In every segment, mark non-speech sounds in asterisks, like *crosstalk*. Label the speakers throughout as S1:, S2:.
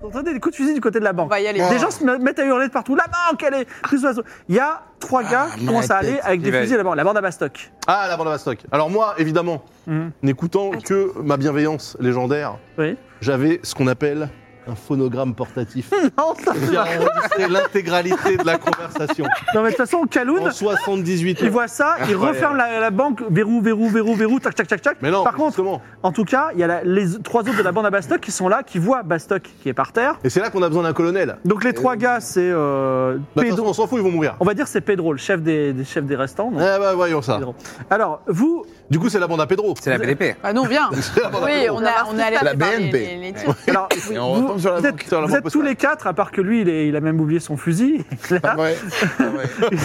S1: Vous entendez des coups de fusil du côté de la banque.
S2: On va y aller.
S3: Ah.
S1: Des gens se me- mettent à hurler de partout. La banque, elle est. Tous les oiseaux. Il y a trois gars qui
S3: Ah, ma
S1: commencent à aller
S3: tête.
S1: avec des
S4: Il va y-
S1: fusils à la banque. La bande à Bastoc.
S3: Ah, la bande à Bastoc. Alors moi, évidemment,
S1: Mhm.
S3: n'écoutant que ma bienveillance légendaire,
S1: Oui.
S3: j'avais ce qu'on appelle un phonogramme portatif
S1: *laughs* Non, ça-
S3: qui a enregistré l'intégralité de la conversation.
S1: non, mais de toute façon, Kaloun,
S3: En 78
S1: il
S3: heures.
S1: voit ça, il referme la, la banque, verrou, verrou, verrou, verrou, tac, tac, tac, tac.
S3: Mais non,
S1: Par contre,
S3: justement.
S1: en tout cas, il y a la- les trois autres de la bande à Bastoc qui sont là, qui voient Bastoc qui est par terre.
S3: Et c'est là qu'on a besoin d'un colonel.
S1: Donc les trois gars, c'est euh,
S3: Bah, de toute
S1: Pedro.
S3: façon, on s'en fout, ils vont mourir.
S1: On va dire c'est Pedro, le chef des, des chefs des restants. non
S3: Ah bah voyons ça.
S1: Pedro. Alors, vous,
S3: Du coup, c'est la bande à Pedro. *laughs*
S4: C'est la BDP.
S2: Ah non, viens.
S3: C'est la bande à
S2: Oui,
S3: Pedro.
S2: on a, on a allé
S5: La
S2: faire les-
S5: BNP.
S2: les- les tirs.
S1: alors,
S5: *laughs* Et on
S1: vous-
S5: retombe sur la
S1: vous êtes,
S3: banque, sur la
S1: vous
S3: banque
S1: êtes tous
S3: postale.
S1: les quatre, à part que lui, il, est- il a même oublié son fusil. *laughs* Il est là,
S5: Ouais. ouais.
S4: Ah,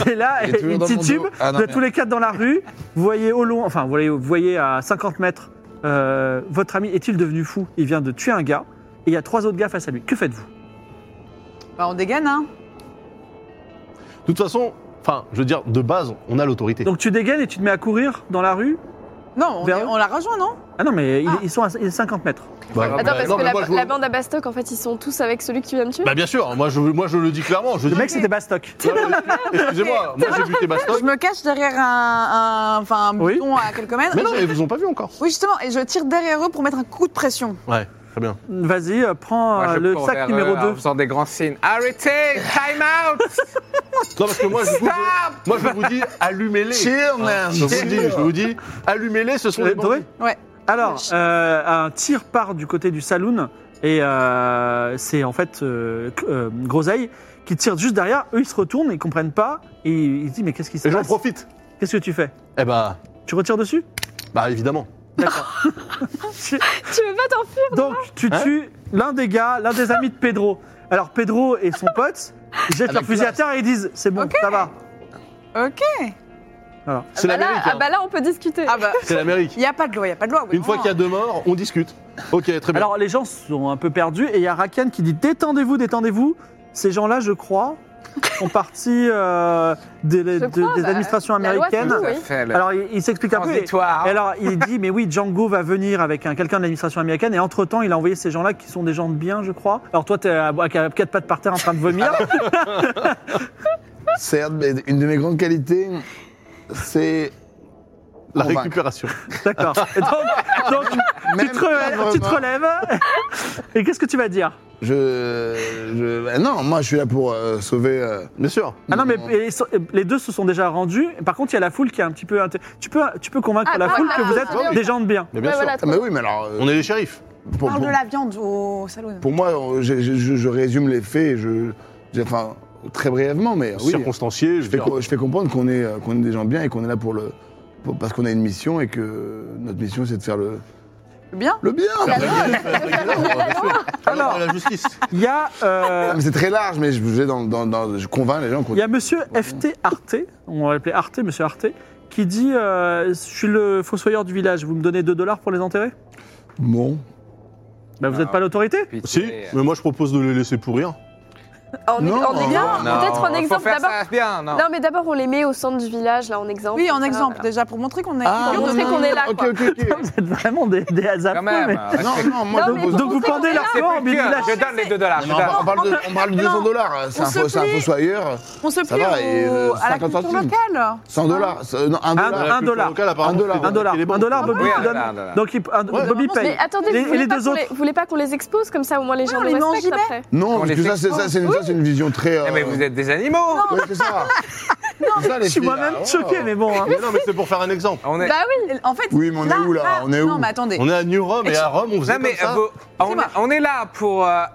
S1: il est là,
S5: Bah, Il est
S1: et
S5: toujours
S1: il
S5: dans mon
S1: titube.
S5: dos. Ah, non,
S1: vous êtes
S5: merde.
S1: tous les quatre dans la rue. Vous voyez au long, enfin, vous voyez, vous voyez à 50 mètres, euh, votre ami est-il devenu fou Il vient de tuer un gars, et il y a trois autres gars face à lui. Que faites-vous
S2: Bah, on dégaine, hein.
S3: De toute façon, enfin, je veux dire, de base, on a l'autorité.
S1: Donc tu dégaines et tu te mets à courir dans la rue
S2: Non, on,
S1: Vers
S2: est-
S1: eux
S2: on la rejoint, non
S1: Ah non, mais il-
S2: Ah.
S1: ils sont à il est 50 mètres.
S3: Bah,
S5: Attends,
S3: bah,
S6: Attends, parce
S3: non,
S6: que
S3: mais
S6: la,
S3: moi, je-
S6: la bande à Bastoc, en fait, ils sont tous avec celui que tu viens de tuer
S3: Bah bien sûr, moi je, moi, je le dis clairement. Je
S1: Le
S3: dis-
S1: mec, c'était Bastoc.
S3: Non, mais Excusez-moi, moi j'ai buté Bastogne.
S1: *laughs*
S2: Je me cache derrière un, un, enfin, un
S1: Oui.
S2: bouton à quelques mètres.
S3: Mais non,
S2: Je-
S3: mais ils vous ont pas vu encore.
S2: Oui, justement, et je tire derrière eux pour mettre un coup de pression.
S3: Ouais, très bien.
S1: Vas-y, euh, prends
S4: Moi,
S1: euh,
S4: je
S1: le
S4: cours
S1: sac
S4: vers
S1: numéro
S4: eux En
S1: 2.
S4: faisant des grands signes. Arrêtez Time *laughs* out
S3: Non, parce que moi je vous,
S4: Stop
S3: moi, je vous dis, allumez-les.
S5: Cheer, man.
S3: Je vous dis, je vous dis, allumez-les, ce sont les
S1: Doré
S3: bandits.
S2: Ouais.
S1: Euh, Alors,
S2: Chut.
S1: euh, un tir part du côté du saloon et euh, c'est en fait euh, euh, Groseille qui tire juste derrière. Eux, ils se retournent, ils comprennent pas et ils se disent mais qu'est-ce qui se
S3: Et j'en
S1: passe
S3: profite.
S1: Qu'est-ce que tu fais
S3: Eh bah,
S1: Tu retires dessus
S3: bah évidemment.
S1: D'accord. Tu-
S6: Tu veux pas t'enfuir
S1: Donc, tu
S3: Hein
S1: tues l'un des gars, l'un des amis de Pedro. Alors, Pedro et son pote ils jettent leur fusil à terre et ils disent c'est bon,
S2: Ok.
S1: ça va.
S2: Ok.
S3: C'est
S6: bah là,
S3: l'Amérique.
S6: ah
S3: hein.
S6: bah là, on peut discuter.
S2: Ah bah,
S3: C'est l'Amérique.
S2: il n'y a pas de loi, il n'y a pas de loi. oui,
S3: Une fois
S2: vraiment.
S3: qu'il y a deux morts, on discute. Ok, très bien.
S1: Alors les gens sont un peu perdus et il y a Rakan qui dit détendez-vous, détendez-vous. Ces gens-là, je crois, sont partis euh, des, des-
S6: Je crois,
S1: des
S6: bah,
S1: administrations
S6: la loi, c'est
S1: américaines.
S6: tout, oui.
S1: Alors il, il s'explique un peu. Et, et
S4: Transitoire.
S1: alors il dit mais oui, Django va venir avec un- quelqu'un de l'administration américaine et entre temps il a envoyé ces gens-là qui sont des gens de bien, je crois. Alors toi t'es à, à quatre pattes par terre en train de vomir.
S6: Ah
S5: Certes, mais une de mes grandes qualités, c'est.
S3: La
S5: convaincre.
S3: récupération.
S1: D'accord. Et Donc, donc, tu,
S5: Même
S1: te relèves,
S5: clavement.
S1: tu te relèves. et qu'est-ce que tu vas dire
S5: Je, je- ben Non, moi je suis là pour euh, sauver. euh,
S3: Bien sûr.
S1: Ah non, mais
S5: mon-
S1: et- et- les deux se sont déjà rendus. Par contre, il y a la foule qui est un petit peu. inté- Tu peux, tu peux convaincre
S6: Ah,
S1: la
S6: bah,
S1: foule
S6: bah,
S1: que vous
S6: bah,
S1: êtes
S6: bah,
S1: des gens de bien.
S3: Mais bien
S6: Ouais,
S3: sûr.
S6: voilà,
S5: Ah,
S6: trop
S5: mais
S6: bien.
S5: oui, mais alors. euh,
S3: On est les shérifs.
S5: pour,
S2: Parle
S5: pour-
S2: de la viande au salon.
S5: pour moi, on- je, je- je- je résume les faits, je, je- enfin, très brièvement, mais Ah oui.
S3: Circonstanciés, je
S5: Je fais,
S3: veux dire.
S5: co- je fais comprendre qu'on est, euh, qu'on est des gens bien et qu'on est là pour le. pour- parce qu'on a une mission et que notre mission c'est de faire le,
S2: Bien.
S5: le bien.
S6: La loi,
S3: Alors, la justice.
S1: Il y a, euh,
S5: Ah, mais C'est très large, mais je, je vais dans, dans- dans- je convainc les gens qu'on.
S1: il y a
S6: *laughs*
S1: Monsieur FT Arte, on va l'appeler Arte, Monsieur Arte, qui dit euh, Je suis le fossoyeur du village. Vous me donnez 2 dollars pour les enterrer
S5: Bon.
S1: Bah, vous n'êtes
S4: Ah.
S1: pas l'autorité. *laughs*
S3: Si,
S4: euh,
S3: mais moi je propose de les laisser pourrir.
S6: En,
S5: Non,
S6: en exemple, Ah, peut-être en exemple d'abord.
S4: bien, non.
S6: Non, mais d'abord, on les met au centre du village, là, en exemple.
S2: Oui, en
S6: Voilà.
S2: exemple, déjà, pour montrer qu'on est.
S5: Ah,
S2: qu'on
S6: Pour montrer
S2: est-
S6: qu'on est là,
S5: Ok,
S6: quoi.
S5: ok, ok.
S1: Vous êtes vraiment des, des
S4: Quand
S1: hasafreux,
S4: même. euh,
S1: mais-
S4: respect.
S5: Non, non, moi
S6: Non,
S5: je
S6: mais
S5: propose.
S1: Donc vous
S6: montrer qu'on
S1: pendez
S6: est
S1: leur
S6: là,
S4: C'est
S1: corps au
S4: plus
S1: milieu du
S4: qu'un.
S1: village.
S4: hein. Je donne les 2 dollars.
S5: Non,
S4: je
S5: mais on, parle- on
S4: donne.
S5: parle de, on parle de
S2: Mais non,
S5: 200 dollars. C'est
S2: on
S5: un,
S2: se
S5: faux- c'est un
S2: plie.
S5: fossoyeur.
S2: On se
S5: Ça
S2: plie
S5: va, et, euh,
S2: au- à la
S5: 50
S2: culture
S5: centimes.
S2: locale.
S5: 100 dollars. Euh, non, 1
S1: Un-
S5: dollar.
S3: La culture
S1: dollar.
S3: locale, apparemment,
S5: Un dollar.
S3: c'est de
S1: Un dollar.
S3: les banques.
S1: Un dollar, Bobby,
S4: Oui,
S1: tu
S4: un
S1: donnes-
S4: dollar, un dollar.
S1: Donc il- un-
S3: Ouais,
S1: Bobby
S2: vraiment,
S1: paye.
S6: Mais attendez,
S1: Les-
S6: vous, voulez
S1: les
S6: pas
S1: deux
S6: qu'on
S1: autres.
S6: les- vous voulez pas qu'on les expose comme ça, au moins les gens
S2: on
S6: nous
S2: les met en
S6: respectent
S2: gibet.
S6: après.
S5: Non,
S4: On
S5: parce
S4: les
S5: que ça,
S4: fait
S2: ben,
S5: *laughs* c'est ça, c'est une, ça, c'est une vision très.
S4: Eh,
S5: euh,
S4: Mais vous êtes des animaux.
S5: Ouais, c'est ça. C'est ça, les
S1: Je suis
S5: filles,
S1: moi-même
S3: Ah,
S5: là.
S1: choqué,
S5: Oh.
S1: mais bon. hein.
S3: Mais non, mais c'est pour faire un exemple.
S4: On est.
S6: Bah oui.
S2: En fait, ah,
S5: Oui, mais on est où là On est
S2: Non,
S5: où
S2: mais attendez.
S3: On est à New Rome et à Rome, on faisait
S4: Non, mais
S3: comme ça.
S4: euh, vous- on,
S2: Dis-moi.
S4: on est là pour euh, a-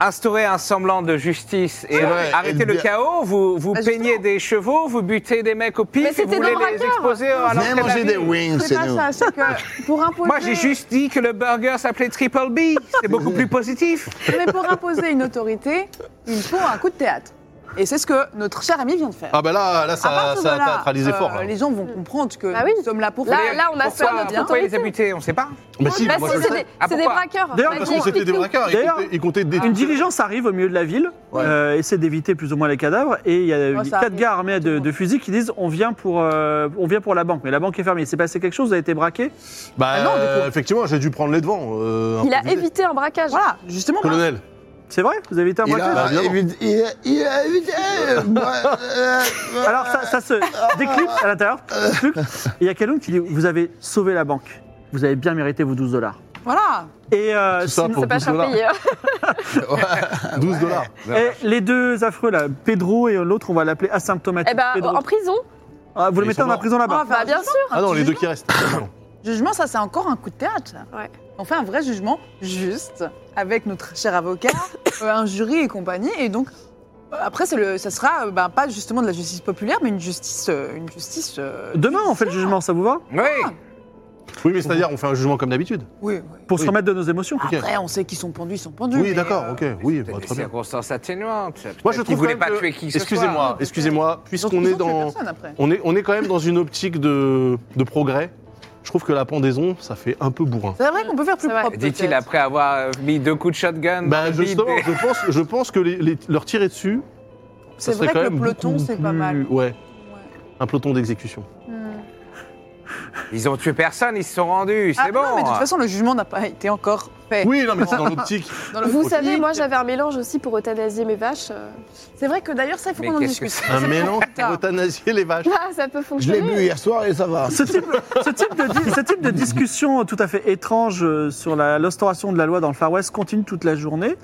S4: instaurer un semblant de justice et euh,
S5: C'est vrai,
S4: arrêter
S5: et
S4: le
S5: bien-
S4: chaos. Vous, vous
S2: Bah,
S4: peignez
S2: justement.
S4: des chevaux, vous butez des mecs au pif,
S6: Mais
S4: et vous
S6: c'était
S4: voulez
S6: nos
S4: les
S6: braqueurs.
S4: exposer à
S5: Venez
S4: l'entrée de la
S5: manger des
S4: ville.
S5: wings,
S2: C'est
S5: c'est
S2: pas
S5: nous.
S2: ça, c'est que pour imposer.
S4: Moi, j'ai juste dit que le burger s'appelait Triple B.
S3: *laughs*
S4: C'est beaucoup plus positif.
S2: Mais pour imposer une autorité, il faut un coup de théâtre. Et c'est ce que notre cher ami vient de faire.
S3: Ah bah là, là,
S2: À
S3: ça,
S2: partir de
S3: ça a
S2: là,
S3: théâtralisé
S2: euh,
S3: fort. là.
S2: Les gens vont comprendre que
S6: Ah oui.
S2: nous sommes là pour
S6: Là,
S2: faire-
S6: là, on a fait
S4: Pourquoi,
S6: notre
S4: pourquoi il les
S6: autorité.
S4: a butés On ne sait pas.
S3: Bah si,
S6: Bah
S3: moi,
S6: si,
S3: je-
S6: c'est des,
S4: Ah,
S6: c'est des
S4: pourquoi
S6: braqueurs.
S1: D'ailleurs,
S6: Vas-y,
S3: parce qu'on c'était des
S6: explique-nous.
S3: braqueurs, ils
S1: D'ailleurs,
S3: comptaient- ils comptaient des...
S1: Une diligence arrive au milieu de la ville,
S5: Ouais.
S1: euh, essaie d'éviter plus ou moins les cadavres, et il y a
S2: Oh, ça
S1: quatre
S2: arrive.
S1: gars armés de, de fusils qui disent on vient, pour, euh, on vient pour la banque, mais la banque est fermée. Il s'est passé quelque chose, vous avez été braqué
S3: Bah
S2: Ah non, du coup.
S3: euh, effectivement, j'ai dû prendre les devants. euh,
S6: Il a
S3: improvisé.
S6: évité un braquage.
S2: Voilà, justement.
S3: Colonel.
S1: C'est vrai Vous avez été un
S5: Il
S1: braquage
S3: Bah,
S5: a
S3: évidemment.
S5: évité- il a- il
S2: *laughs*
S5: a évité. euh, moi, euh,
S3: bah,
S5: euh,
S1: Alors ça, ça se déclipse à l'intérieur.
S3: *laughs*
S1: Et il y a quelqu'un qui dit vous avez sauvé la banque, vous avez bien mérité vos 12 dollars.
S2: Voilà.
S1: Et, euh,
S3: Tout ça
S1: sinon-
S3: pour
S6: C'est pas
S3: 12
S6: cher
S3: dollars.
S6: payé.
S3: 12 dollars.
S1: et les deux affreux là, Pedro et l'autre, on va l'appeler asymptomatique.
S6: Eh ben,
S1: Pedro.
S6: en prison.
S1: Ah, vous le
S3: Ils
S1: mettez
S3: sont
S1: dans la
S3: morts.
S1: prison là-bas.
S2: Ah,
S6: Bah, bien sûr.
S3: Ah non, les deux
S2: jugement,
S3: qui restent.
S2: Jugement, ça, c'est encore un coup de théâtre. ça.
S6: Ouais.
S2: On fait un vrai jugement juste avec notre cher
S6: *laughs*
S2: avocat, euh, un jury et compagnie. Et donc, euh, après, c'est le, ça sera euh, ben, pas justement de la justice populaire, mais une justice. euh, Une justice euh,
S1: Demain, on fait le jugement, ça vous va
S4: Oui.
S3: Oui, mais c'est-à-dire, on fait un jugement comme d'habitude.
S2: Oui, oui.
S1: Pour se
S3: Oui.
S1: remettre de nos émotions.
S3: Ok.
S2: Après, on sait qu'ils sont pendus, ils sont pendus.
S3: Oui,
S2: mais,
S3: d'accord,
S2: euh,
S3: ok. Oui, bah,
S4: Des
S3: très bien.
S4: circonstances atténuantes.
S3: Moi, je
S4: Ils
S3: trouve
S4: voulaient
S3: quand
S4: pas
S3: même
S4: tuer
S3: que-
S4: qui que ce soit.
S3: Excusez-moi, excusez-moi,
S2: donc,
S3: puisqu'on
S2: ils
S3: est
S2: ont tué
S3: dans...
S2: personne après.
S3: On est, on est quand même dans une optique de, de progrès. Je trouve que la pendaison, ça fait un peu bourrin.
S2: C'est vrai qu'on peut faire plus
S6: C'est vrai.
S2: propre.
S4: Dit-il
S2: peut-être.
S4: après avoir euh, mis deux coups de shotgun. dans
S3: Bah
S4: le bide
S3: justement,
S4: et-
S3: je pense, je pense que les, les- leur tirer dessus,
S2: C'est
S3: ça serait
S2: vrai que
S3: quand
S2: le
S3: même
S2: peloton,
S3: beaucoup
S2: c'est pas
S3: plus-
S2: mal.
S3: Ouais, un peloton d'exécution.
S2: Hmm.
S4: Ils ont tué personne, ils se sont rendus. C'est
S2: Ah,
S4: bon. hein.
S2: Non, mais de toute façon, le jugement n'a pas été encore fait.
S3: Oui, non mais
S2: *laughs*
S3: c'est dans l'optique.
S2: Dans le
S6: Vous
S2: boutique.
S6: savez, moi j'avais un mélange aussi pour euthanasier mes vaches. euh.
S2: C'est vrai que d'ailleurs, ça, il faut
S4: Mais
S2: qu'on en
S4: qu'est-ce que
S2: discute.
S4: c'est
S3: Un
S2: Ça,
S3: mélange
S2: plus
S3: pour
S2: tard.
S3: euthanasier les vaches.
S6: Ah, ça peut
S5: Je l'ai
S6: fonctionner.
S5: bu hier soir et ça va.
S1: Ce type, ce type de, di- ce type de discussion tout à fait étrange euh, sur la- l'instauration de la loi dans le Far West continue toute la journée.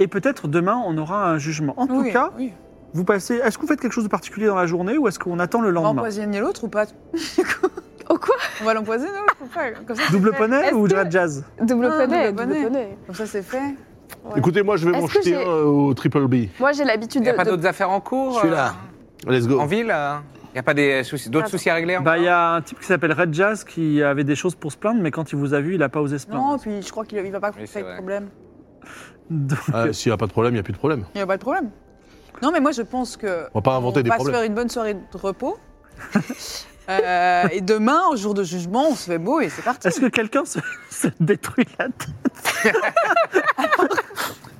S1: Et peut-être demain, on aura un jugement. En tout
S2: Oui,
S1: cas,
S2: oui.
S1: vous passez. Est-ce que vous faites quelque chose de particulier dans la journée ou est-ce qu'on attend le
S2: On va
S1: lendemain
S2: empoisonner l'autre ou pas
S6: Oh quoi
S2: On va l'empoisonner l'autre ou pas Comme ça, c'est
S1: Double
S2: fait.
S1: poney
S6: bah, Est-ce
S1: ou
S6: que-
S1: Dread Jazz
S6: Double
S2: Ah,
S6: poney,
S2: double
S6: double
S2: poney.
S6: poney.
S2: Comme ça, c'est fait.
S6: Ouais.
S3: Écoutez, moi je vais
S6: Est-ce
S3: m'en
S6: que
S3: jeter
S6: j'ai-
S3: un euh, au triple B.
S6: Moi j'ai l'habitude
S4: Il n'y
S6: de.
S4: a pas
S6: de-
S4: d'autres affaires en cours euh,
S5: Celui-là.
S3: Let's go.
S4: En ville euh, Il n'y a pas des soucis- d'autres
S6: Attends.
S4: soucis à régler
S1: Bah,
S4: encore
S1: il y a un type qui s'appelle Red Jazz qui avait des choses pour se plaindre, mais quand il vous a vu, il a pas osé se plaindre.
S2: Non, puis je crois qu'il il va pas
S4: Oui, c'est
S2: faire de
S4: vrai.
S2: problème.
S1: Donc,
S3: Ah, S'il n'y a pas de problème, il n'y a plus de problème.
S2: Il n'y a pas de problème. Non, mais moi, je pense que.
S3: On va pas inventer
S2: on
S3: des
S2: va
S3: problèmes.
S2: se faire une bonne soirée de repos. *laughs* Euh, et demain, au jour de jugement, on se fait beau et c'est parti.
S1: Est-ce que quelqu'un se, *laughs* se détruit la tête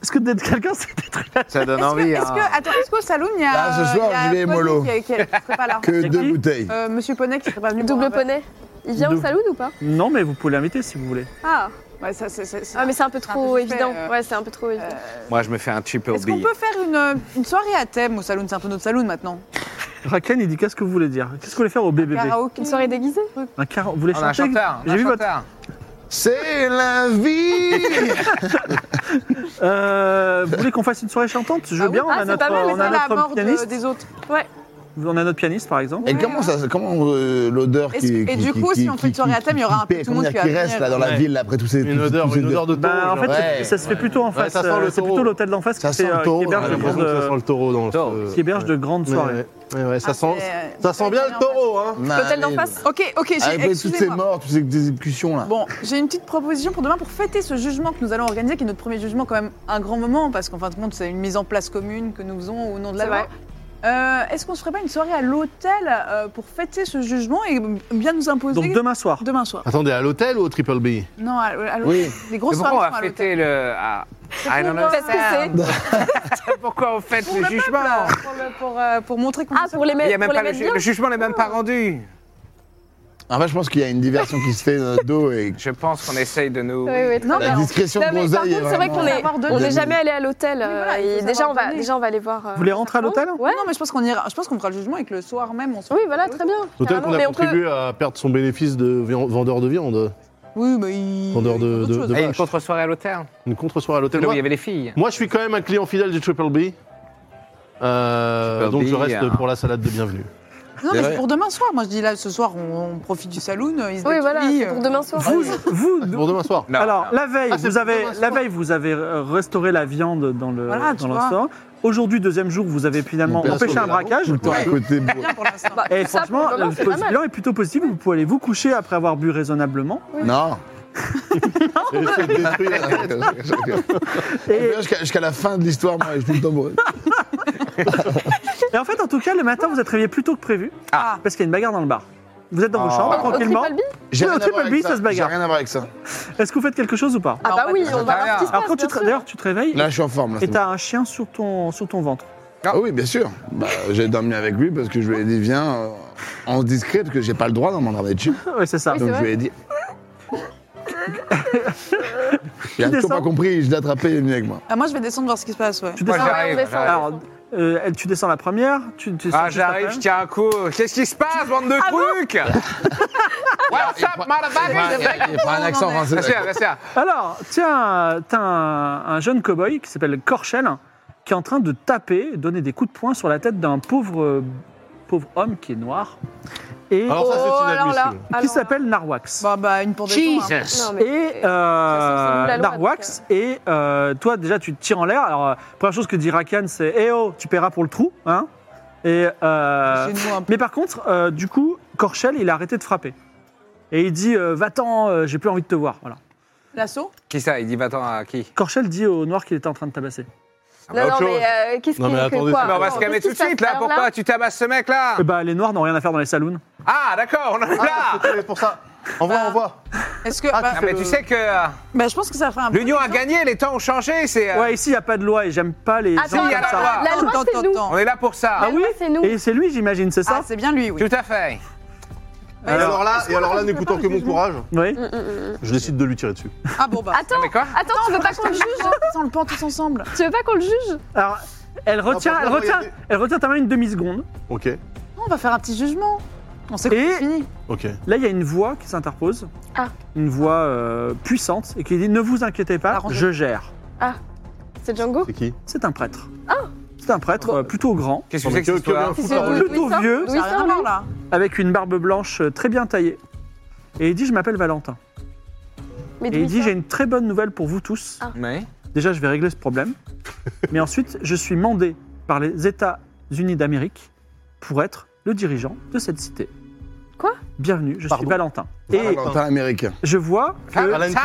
S1: Est-ce que dé- quelqu'un se détruit la tête
S4: Ça donne
S2: Est-ce que, est-ce
S1: hein.
S2: que- attends, est-ce qu'au saloon, il y a.
S5: Là, ce
S2: euh,
S5: soir,
S2: il y a
S5: je vais
S2: Pony
S5: mollo.
S2: Qui, qui- qui serait pas là.
S5: Que
S1: qui
S5: deux bouteilles.
S2: Euh, Monsieur Poney qui serait pas venu. boire un
S6: Double
S2: verre.
S6: poney. Il vient
S1: Double-
S6: au saloon ou pas
S1: Non, mais vous pouvez l'inviter si vous voulez.
S6: Ah.
S2: Ouais, ça, c'est- c'est- c'est-
S6: Ah mais c'est un peu
S2: un
S6: trop
S2: peu suspect,
S6: évident.
S2: euh.
S6: Ouais, c'est un peu trop évident.
S4: Moi, je me fais un triple
S2: Est-ce qu'on
S4: B.
S2: peut faire une, une soirée à thème au saloon C'est un peu notre saloon maintenant.
S1: Raken, il dit qu'est-ce que vous voulez dire Qu'est-ce que vous voulez faire au BBB
S2: Karaoke.
S6: Une soirée déguisée
S1: Un car- Vous voulez
S4: On a un
S1: chanter
S4: chanteur. on a
S1: J'ai
S4: un
S1: vu votre.
S4: chanteur.
S5: C'est la vie
S1: Euh, vous voulez qu'on fasse une soirée chantante Je veux
S2: Ah oui,
S1: bien. on
S6: ah,
S1: a
S6: c'est
S1: notre,
S6: pas mal,
S1: on
S2: C'est
S1: a
S2: la
S1: notre
S2: mort de-
S1: pianiste.
S2: des autres.
S1: On a notre pianiste, par exemple.
S5: Et comment ça, comment euh, l'odeur
S2: Est-ce
S5: qui,
S2: que- et du coup, si on fait une soirée à thème, il y aura un peu
S5: pète,
S2: tout le monde
S5: comment dire,
S2: qui
S5: qui
S2: va
S5: reste
S2: venir.
S5: là dans la
S3: Ouais.
S5: ville après tous ces
S3: Une odeur, une odeur de taureau.
S1: Bah, en fait,
S3: genre.
S1: c'est-
S5: ouais,
S1: ça se fait
S4: ouais.
S1: plutôt en
S3: Ouais,
S1: face.
S3: ça sent
S1: euh,
S3: le
S1: c'est
S3: taureau.
S1: plutôt l'hôtel d'en face
S5: Ça
S1: qui, fait,
S5: sent le
S1: euh, qui
S5: taureau,
S3: J'ai
S5: là,
S1: héberge de
S3: l'impression que ça sent
S1: grandes,
S3: le taureau dans
S4: Taureau.
S3: ce-
S1: qui héberge de grandes
S3: Ouais,
S1: soirées.
S3: ouais, ouais, ouais, ça
S2: Ah,
S3: sent,
S2: c'est-
S3: ça sent bien le taureau, Ah, hein.
S6: L'hôtel d'en
S5: Allez,
S6: face
S2: Ok, ok, j'ai-
S5: Avec toutes ces
S2: excusez-moi.
S5: morts, toutes ces exécutions là.
S2: Bon, j'ai une petite proposition pour demain pour fêter ce jugement que nous allons organiser, qui est notre premier jugement, quand même un grand moment, parce qu'en fin de compte, c'est une mise en place commune que nous faisons au nom de la
S6: C'est
S2: loi.
S6: vrai.
S2: Euh, Est-ce qu'on se ferait pas une soirée à l'hôtel euh, pour fêter ce jugement et bien nous imposer
S1: Donc demain soir.
S2: demain soir
S3: Attendez, à l'hôtel ou au triple B
S2: Non, à, à l'hôtel.
S5: Oui.
S2: Les
S4: Mais
S2: grosses soirées
S4: Pourquoi
S2: sont
S4: on va
S2: à l'hôtel.
S4: fêter le. ah, I don't know.
S6: Parce que c'est.
S4: Pourquoi on fête
S2: Pour
S4: le
S2: le peuple,
S4: jugement
S2: pour, le- pour, euh, pour montrer qu'on
S6: Ah pour les
S4: Il y a
S6: mettre
S4: même
S6: pour les
S4: pas le,
S6: mettre
S4: ju-
S6: bien.
S4: le jugement n'est même pas rendu.
S5: En fait, je pense qu'il y a une diversion qui se fait dans notre dos et
S4: Je pense qu'on essaye de nous.
S6: Oui, oui,
S2: Non, mais
S6: très
S5: la
S6: bien.
S5: discrétion
S6: Non,
S5: de
S6: mais par
S5: Rosaille est
S6: contre, c'est vrai
S5: vraiment.
S6: qu'on est,
S2: Savoir donner.
S6: on n'est jamais allé à l'hôtel.
S2: Oui, voilà,
S6: euh,
S2: il faut
S6: et
S2: savoir
S6: déjà, on va,
S2: donner.
S6: déjà, on va aller voir. euh,
S1: Vous voulez rentrer à l'hôtel
S6: Ouais.
S2: Non, mais je pense qu'on ira. Je pense qu'on fera le jugement et que le soir même, on se.
S6: Oui, voilà, très bien.
S2: Ah
S3: L'hôtel qu'on
S6: Carrément,
S3: a
S6: mais on peut-
S3: contribué à perdre son bénéfice de vian- vendeur de viande.
S2: Oui, mais il.
S3: Vendeur de-
S2: il y a d'autres
S3: de-
S2: choses.
S3: de-
S4: Et une contre-soirée à l'hôtel.
S3: Une contre-soirée à l'hôtel.
S4: Là où
S3: Moi,
S4: il y avait les filles.
S3: moi, je suis quand même un client fidèle du triple B. Euh,
S4: Triple
S3: donc
S4: B,
S3: je reste
S4: hein.
S3: pour la salade de bienvenue.
S2: Non,
S5: C'est
S2: mais
S5: vrai.
S2: c'est pour demain soir. Moi, je dis là, ce soir, on, on profite du saloon. euh, Ils se
S6: Oui,
S2: battent
S6: voilà,
S2: tous,
S6: c'est
S2: euh,
S6: pour demain soir.
S1: Vous, vous,
S3: Pour demain soir.
S4: Non,
S1: Alors,
S4: non.
S1: la veille,
S3: Ah, c'est
S1: vous avez,
S3: demain soir.
S1: la veille, vous avez euh, restauré la viande dans le
S2: Voilà, tu
S1: dans
S2: vois.
S1: l'instant. Aujourd'hui, deuxième jour, vous avez finalement
S5: Mon père
S1: empêché
S5: sauve
S1: un
S5: la route
S1: braquage.
S5: Tout le temps à
S2: Ouais.
S5: côté. bon.
S2: pour l'instant.
S6: Bah,
S1: Et
S6: tout ça pour
S1: franchement,
S6: demain,
S1: le
S6: c'est pas mal.
S1: bilan est plutôt positif. Vous pouvez aller vous coucher après avoir bu raisonnablement.
S5: Non.
S1: *laughs*
S3: J'essaie de détruire.
S5: *laughs*
S1: Et,
S5: Jusqu'à jusqu'à la fin de l'histoire, moi, je suis tout le temps bourré.
S1: et en fait, en tout cas, le matin, vous êtes réveillé plus tôt que prévu
S2: Ah.
S1: parce qu'il y a une bagarre dans le bar. Vous êtes dans vos
S3: Ah.
S1: chambres
S3: Au
S6: Au
S1: tranquillement.
S6: Triple B
S5: J'ai
S1: Oui, au
S5: rien à voir
S1: triple
S5: avec
S1: B, ça se bagarre.
S5: J'ai rien à voir avec ça.
S1: Est-ce que vous faites quelque chose ou pas
S6: Ah bah
S2: on va
S6: oui,
S2: pas
S6: on va voir ce qui
S1: Alors,
S6: se passe.
S1: quand tu
S6: bien
S1: te,
S6: sûr.
S1: d'ailleurs, tu te réveilles
S5: Là, je suis en forme. Là,
S1: et
S5: c'est bon.
S1: t'as un chien sur ton sur ton ventre. *laughs*
S5: Ah oui, bien sûr. Bah, j'ai dormi avec lui parce que je lui ai dit, viens euh, en discret, parce que j'ai pas le droit dans mon travail de chien.
S1: Oui, c'est ça.
S6: Oui, c'est
S5: Donc je
S6: vrai.
S5: lui ai
S1: *laughs*
S5: dit. Il a toujours
S1: descend.
S5: pas compris, je l'ai attrapé, il est venu avec moi.
S2: Ah, moi, je vais descendre voir ce qui se passe. Ouais.
S1: Tu
S4: Moi,
S1: descends.
S6: Ah ouais, on
S4: j'arrive,
S6: descend, on
S4: j'arrive.
S1: Alors, euh, elle- tu descends la première. Tu, tu descends
S4: Ah,
S1: juste
S4: j'arrive,
S1: après.
S4: je tiens un coup. Qu'est-ce qui se passe, bande de trucs What's up, motherfuckers
S5: Il prend un accent français.
S4: Restez là, restez là.
S1: Alors, tiens, t'as un, un jeune cow-boy qui s'appelle Corchel, qui est en train de taper, donner des coups de poing sur la tête d'un pauvre, euh, pauvre homme qui est noir, et
S3: Alors ça,
S6: Oh,
S3: c'est
S6: alors là,
S3: inadmissible.
S6: alors
S1: qui
S6: là.
S1: s'appelle Narwax.
S2: Bah, bah, une pour deux. jours, hein.
S6: Non, mais
S1: Et
S6: c'est- ça semble
S1: euh,
S6: la loi,
S1: Narwax, et euh, toi déjà tu te tires en l'air. Alors, euh, première chose que dit Rakan, c'est Eh oh, tu paieras pour le trou. Hein et, euh,
S2: hein. Chez nous, un peu.
S1: mais par contre, euh, du coup, Corchel, il a arrêté de frapper. Et il dit euh, Va-t'en, euh, j'ai plus envie de te voir. Voilà.
S2: L'assaut
S4: Qui ça Il dit, va-t'en à qui
S1: Corchel dit au noir qu'il était en train de tabasser.
S4: Ah, bah,
S6: Non,
S4: autre
S6: non,
S4: chose.
S6: mais euh, qu'est-ce
S3: Non,
S6: qu'il
S3: mais
S6: que
S3: attendez,
S6: quoi
S3: c'est
S4: Mais on va
S6: Attends,
S4: se calmer tout
S6: qu'est-ce qui
S4: de
S6: se
S4: suite,
S6: passe
S4: là.
S6: par
S4: Pourquoi tu tabasses ce mec-là
S6: Ah.
S1: Eh ben, les noirs n'ont rien à faire dans les saloons.
S4: Ah, d'accord, on en est là
S3: C'est pour ça. Envoie,
S2: Ah.
S3: envoie.
S2: Est-ce que.
S4: Ah, mais tu sais que euh,
S2: Bah, je pense que ça ferait un peu.
S4: l'Union a gagné, les temps ont changé, c'est... euh,
S1: Ouais, ici, il n'y a pas de loi et j'aime pas les
S6: Attends,
S1: gens
S4: il y a
S1: comme
S4: la
S1: ça.
S4: loi.
S6: La loi,
S2: Tant,
S6: c'est
S2: tant,
S6: nous.
S2: tant.
S4: On est là pour ça.
S1: Ah oui
S6: c'est nous.
S1: Et c'est lui, j'imagine, c'est ça
S2: Ah, c'est bien lui, oui.
S4: Tout à fait.
S3: Et alors là, et alors là,
S6: raconte
S3: n'écoutant
S6: pas
S3: que mon
S6: les
S3: courage,
S1: Oui.
S6: Mm, mm, mm.
S3: je décide de lui tirer dessus.
S2: Ah, bon, bah.
S6: Attends,
S4: Mais quoi
S6: attends, tu veux pas qu'on le juge hein.
S2: On le pend tous ensemble.
S6: Tu veux pas qu'on le juge
S1: Alors, elle retient,
S3: Ah,
S1: elle
S3: franchement,
S1: retient,
S3: regardez.
S1: elle retient ta main une demi-seconde.
S3: Ok,
S2: Ah, On va faire un petit jugement. On sait que
S1: Et-
S2: c'est fini.
S3: ok.
S1: Là, il y a une voix qui s'interpose.
S6: Ah.
S1: Une voix euh, puissante et qui dit Ne vous inquiétez
S2: La
S1: pas,
S2: rentrée.
S1: je gère.
S6: C'est Django
S3: C'est qui
S1: C'est un prêtre.
S6: Ah.
S1: C'est un prêtre euh, plutôt grand,
S4: Qu'est-ce que hein. c'est que cette
S3: Que- que-
S4: histoire
S3: que-
S6: C'est
S1: plutôt vieux.
S2: Ça n'a rien à voir, là.
S1: avec une barbe blanche euh, très bien taillée. Et il dit Je m'appelle Valentin.
S6: Mais
S1: Et il
S6: d'où
S1: dit
S6: sort
S1: J'ai une très bonne nouvelle pour vous tous.
S6: Ah.
S4: Mais...
S1: Déjà, je vais régler ce
S6: *laughs*
S1: problème. Mais ensuite, je suis mandé par les États-Unis d'Amérique pour être le dirigeant de cette cité.
S6: Quoi
S1: Bienvenue, je
S3: Pardon
S1: suis Valentin. Et
S5: Valentin américain.
S1: je vois que.
S4: Valentine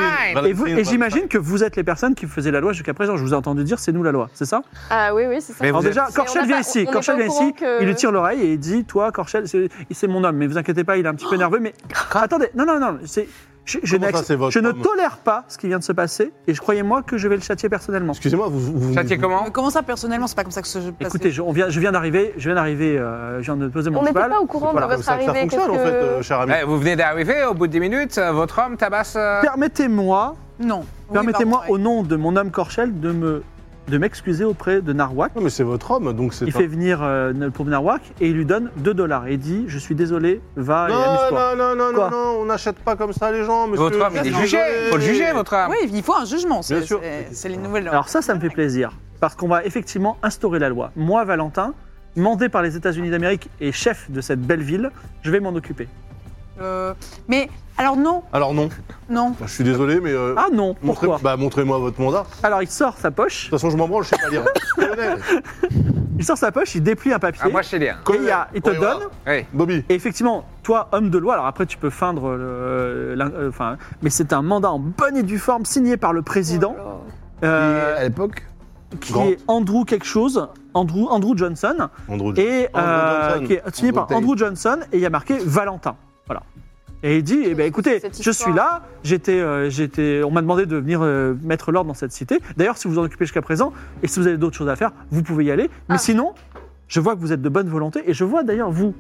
S1: Et, vous- et j'imagine que vous êtes les personnes qui faisaient la loi jusqu'à présent. Je vous ai entendu dire c'est nous la loi, c'est ça
S6: Ah oui, oui, c'est ça.
S4: Mais
S1: Alors
S4: vous
S1: déjà,
S6: êtes-
S1: Corchel
S6: Mais on
S1: vient
S6: n'a pas- on
S1: ici.
S6: n'est
S1: Corchel
S6: pas
S1: vient
S6: au courant
S1: ici.
S6: que-
S1: Il lui tire l'oreille et il dit Toi, Corchel, c'est c'est mon homme, mais vous inquiétez pas, il est un petit
S6: Oh.
S1: peu nerveux. Mais attendez, non, non, non, c'est. Je, je
S3: Comment ça,
S1: n'accepte-
S3: c'est votre
S1: je ne
S3: homme
S1: tolère pas ce qui vient de se passer et je croyez-moi que je vais le châtier personnellement.
S3: Excusez-moi, vous. vous- vous-
S4: Châtier comment
S2: Mais comment ça, personnellement, c'est pas comme ça que ce jeu passe.
S1: Écoutez, je, on vient, je viens d'arriver, je viens d'arriver, euh, je viens de poser mon
S6: On n'était
S1: cheval.
S6: pas au courant
S3: Voilà,
S6: de
S3: comme
S6: votre
S3: ça que ça
S6: arrivée.
S3: fonctionne, en fait, euh, cher ami.
S4: Eh, Vous venez d'arriver, au bout de 10 minutes, euh, votre homme tabasse... euh,
S1: Permettez-moi,
S2: euh, Non. Oui, bah,
S1: permettez-moi
S2: pardon,
S1: au nom de mon homme Corchel de me de m'excuser auprès de Narwak.
S3: Non, mais c'est votre homme, donc c'est.
S1: Il
S3: pas-
S1: fait venir euh, le pauvre Narwak et il lui donne 2 dollars et il dit je suis désolé, va et
S3: Non,
S1: amuse-toi.
S3: non, non, non,
S1: Quoi
S3: non, non, on n'achète pas comme ça les gens, monsieur.
S4: Votre homme, il est
S3: Désolé.
S4: jugé. Faut le juger, votre homme.
S2: ouais. Oui, il faut un jugement. C'est
S3: Bien sûr.
S2: c'est- c'est les nouvelles.
S1: Alors ça, ça me fait plaisir parce qu'on va effectivement instaurer la loi. Moi, Valentin, mandé par les États-Unis d'Amérique et chef de cette belle ville, je vais m'en occuper.
S2: Euh, mais alors, non,
S3: Alors non,
S2: non.
S3: Bah, je suis désolé, mais. euh,
S1: Ah non,
S3: montrez-
S1: pourquoi
S3: bah, Montrez-moi votre mandat. De
S1: Alors il sort sa poche,
S3: toute façon, je m'en branle, je sais
S1: *laughs*
S3: pas lire. Colonel,
S1: il sort sa poche, il déplie un papier.
S4: Ah, moi, je sais lire.
S1: et il, y a- il te
S3: Oui, voilà.
S1: donne
S4: Oui.
S3: Bobby,
S1: Et effectivement, toi, homme de loi, alors après tu peux feindre, le- l'in- euh, enfin, mais c'est un mandat en bonne et due forme signé par le président, euh,
S5: à l'époque
S1: qui
S3: Grant.
S1: est Andrew quelque chose, Andrew, Andrew Johnson,
S3: Andrew Johnson.
S1: et euh,
S3: Johnson.
S1: qui est signé par
S5: Andrew Tate.
S1: Andrew Johnson, et il y a marqué Valentin. Voilà. Et il dit, eh ben, écoutez,
S6: Cette
S1: je
S6: histoire.
S1: suis là, j'étais, euh, j'étais, on m'a demandé de venir euh, mettre l'ordre dans cette cité. D'ailleurs, si vous vous en occupez jusqu'à présent, et si vous avez d'autres choses à faire, vous pouvez y aller. Mais
S6: Ah.
S1: sinon, je vois que vous êtes de bonne volonté, et je vois d'ailleurs vous,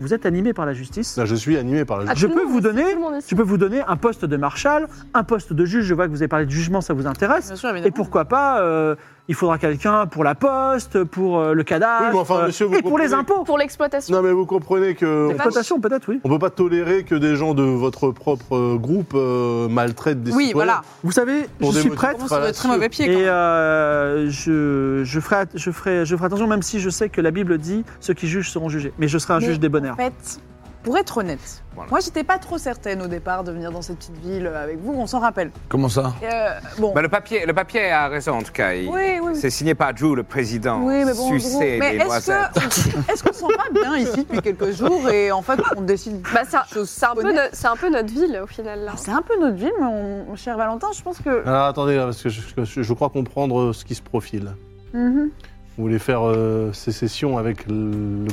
S1: vous êtes animé par la justice.
S3: Là, je suis animé par la
S6: Ah,
S1: Je
S6: tout
S1: peux
S6: le monde
S1: vous
S6: ici,
S1: donner-
S6: tout le monde ici.
S1: Tu peux vous donner un poste de marshal, un poste de juge. Je vois que vous avez parlé de jugement, ça vous intéresse.
S2: Bien sûr,
S1: Et
S2: évidemment.
S1: pourquoi pas, euh, il faudra quelqu'un pour la poste, pour euh, le cadastre,
S3: Oui, mais enfin,
S1: euh,
S3: monsieur, vous
S1: et pour les
S3: comprenez-
S1: impôts.
S6: Pour l'exploitation.
S1: Ah.
S3: Non, mais vous comprenez que.
S6: C'est pas-
S1: Exploitation, peut-être, oui.
S3: On peut pas tolérer que des gens de votre propre euh, groupe euh, maltraitent des
S2: Oui,
S3: citoyens.
S2: voilà.
S1: Vous savez,
S3: Pour
S1: je
S3: des
S1: suis
S3: motifs-
S1: prêtre.
S2: Vraiment, ça doit être très mauvais pied. quand
S1: Et
S2: même.
S1: euh, je, je, ferai, at- je, ferai, je ferai attention, même si je sais que la Bible dit ceux qui jugent seront jugés. Mais je serai un
S2: Mais
S1: juge débonnaire.
S2: En fait, pour être honnête,
S4: Voilà.
S2: moi j'étais pas trop certaine au départ de venir dans cette petite ville euh, avec vous, on s'en rappelle.
S5: Comment ça
S2: Et, euh, bon,
S4: Bah, le, papier, le papier a raison, en tout cas. Il-
S2: oui, oui, oui.
S4: C'est signé par Drew, le président.
S2: Oui, mais bon, en gros,
S4: sucé
S2: mais
S4: des
S2: est-ce
S4: noisettes.
S2: que, *laughs* est-ce qu'on s'en va bien ici depuis quelques jours et en fait on décide
S6: Bah, c'est un,
S2: des choses
S6: c'est un peu
S2: honnêtes
S6: no- c'est un peu notre ville au final là.
S2: Ah, C'est un peu notre ville, mais on- mon cher Valentin, je pense que.
S3: Alors attendez, là, parce que je, je- je crois comprendre euh, ce qui se profile.
S2: Mhm.
S3: Vous voulez faire euh, sécession avec le, le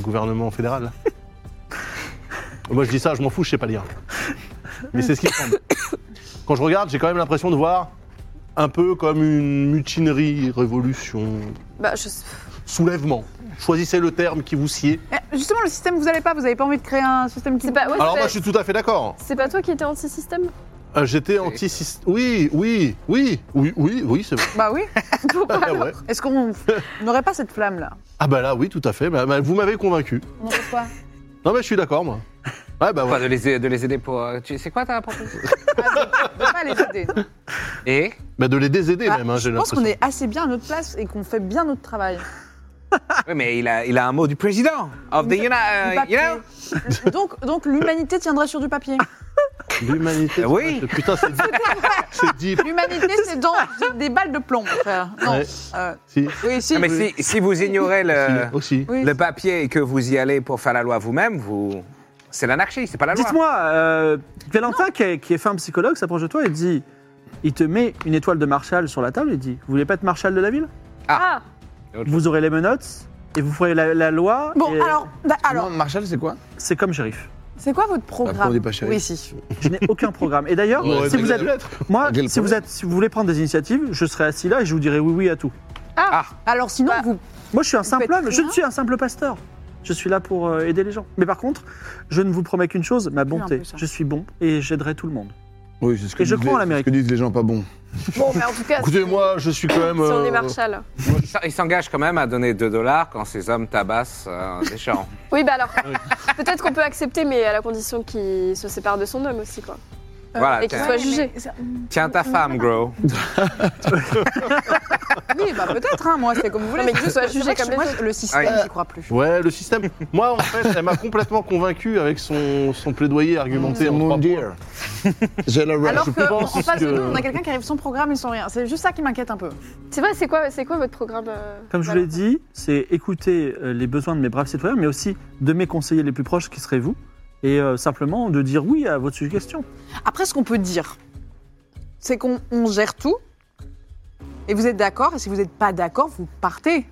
S2: *laughs*
S3: gouvernement fédéral Moi je dis ça, je m'en fous, je sais pas lire. Mais c'est ce qui me semble. Quand je regarde, j'ai quand même l'impression de voir un peu comme une mutinerie, révolution,
S6: Bah, je...
S3: soulèvement. Choisissez le terme qui vous sied.
S2: Eh, Justement, le système, vous allez pas, vous avez pas envie de créer un système qui.
S6: C'est pas, ouais,
S3: Alors
S6: c'est-
S3: moi je suis tout à fait d'accord.
S6: c'est pas toi qui étais anti-système
S3: Euh, J'étais anti Oui, oui, oui, oui, oui, oui, c'est vrai.
S2: Bah oui.
S3: Ah, ouais.
S2: Est-ce
S3: *laughs*
S2: qu'on n'aurait pas cette flamme là
S3: Ah bah là, oui, tout à fait. Bah, bah, vous m'avez convaincu.
S2: On n'aurait pas.
S3: Non mais je suis d'accord, moi. Ouais, bah
S4: Enfin,
S3: ouais.
S4: de les, de les aider pour. euh, tu- C'est quoi ta
S2: *laughs*
S4: proposition Eh?
S2: On peut pas les aider. non.
S4: Et
S3: Bah de les désaider
S2: Ah,
S3: même, hein, j'ai
S2: je pense
S3: l'impression.
S2: qu'on est assez bien à notre place et qu'on fait bien notre travail.
S4: Oui, mais il a, il a un mot du président. Of the
S2: Du
S4: Uni-
S2: Du
S4: euh,
S2: papier.
S4: you
S2: *laughs*
S4: know
S2: donc, donc l'humanité tiendrait sur du papier.
S3: L'humanité.
S4: Oui.
S3: Putain, c'est deep. c'est deep.
S2: L'humanité, c'est dans des balles de plomb, mon frère. Non.
S3: Ouais,
S2: euh,
S3: si,
S2: oui, si.
S4: Non, Ah, mais si, si vous ignorez le,
S3: si, aussi.
S2: Oui.
S4: le papier et que vous y allez pour faire la loi vous-même, vous... c'est l'anarchie, c'est pas la loi.
S1: Dites-moi, euh, Valentin, qui est, qui est fin psychologue, s'approche de toi et dit il te met une étoile de Marshall sur la table et dit Vous voulez pas être Marshall de la ville
S6: Ah,
S1: Vous aurez les menottes et vous ferez la, la loi.
S2: Bon,
S1: et
S2: alors, bah,
S5: Alors,
S2: alors,
S5: Marshall, c'est quoi
S1: C'est comme shérif.
S2: c'est quoi votre
S5: Bah, on
S2: programme
S5: est pas chéri.
S2: pour ici
S1: Je n'ai aucun programme. Et d'ailleurs,
S3: Ouais,
S1: si,
S3: mais
S1: vous êtes, moi,
S5: Quel
S1: si, vous
S5: problème
S1: êtes, si vous voulez prendre des initiatives, je serai assis là et je vous dirai oui, oui à tout.
S4: Ah.
S2: Alors, sinon,
S6: Bah,
S2: vous. euh,
S1: Moi, je suis un
S2: Vous
S1: simple
S2: faites
S1: homme. Je ne
S2: rien
S1: suis un simple pasteur. Je suis là pour euh, aider les gens. Mais par contre, je ne vous promets qu'une chose, ma
S2: un
S1: bonté.
S2: peu ça.
S1: Je suis bon et j'aiderai tout le monde.
S5: Oui, c'est ce que,
S1: Et je
S5: disent
S1: crois en
S5: les-
S1: l'Amérique.
S5: ce que disent les gens pas bons.
S6: bon, mais en tout cas, si-
S3: Écoutez-moi, je suis quand même.
S6: si on
S3: euh,
S6: est Marshall.
S4: Il s'en- Il s'engage quand même à donner 2 dollars quand ces hommes tabassent euh, des gens.
S6: Oui, bah
S1: Ah
S6: alors, *laughs* peut-être qu'on peut accepter, mais à la condition qu'il se sépare de son homme aussi, quoi.
S4: voilà,
S6: et qu'il
S4: tiens,
S6: soit jugé.
S4: tiens ta femme, gros.
S2: Oui, bah peut-être, hein, moi, c'est comme vous voulez.
S6: Non, mais qu'il soit
S2: C'est
S6: jugé
S2: vrai que
S6: comme les
S2: moi,
S6: autres.
S2: le système,
S3: Ouais.
S2: j'y crois plus.
S3: Ouais, le système. Moi, en fait, elle m'a complètement convaincu avec son, son plaidoyer argumenté en trois
S5: Mon
S3: points.
S5: dear. *laughs* J'ai la
S2: Alors
S3: je
S2: que, en
S3: pense
S2: face de
S3: que-
S2: nous, on a quelqu'un qui arrive sans programme et sans rien. C'est juste ça qui m'inquiète un peu.
S6: C'est vrai, c'est quoi, c'est quoi votre programme euh,
S1: Comme je vous
S6: voilà.
S1: l'ai dit, c'est écouter euh, les besoins de mes braves citoyens, mais aussi de mes conseillers les plus proches, qui seraient vous, et euh, simplement de dire oui à votre suggestion.
S2: Après, ce qu'on peut dire, c'est qu'on on gère tout. Et vous êtes d'accord, et si vous n'êtes pas d'accord, vous partez.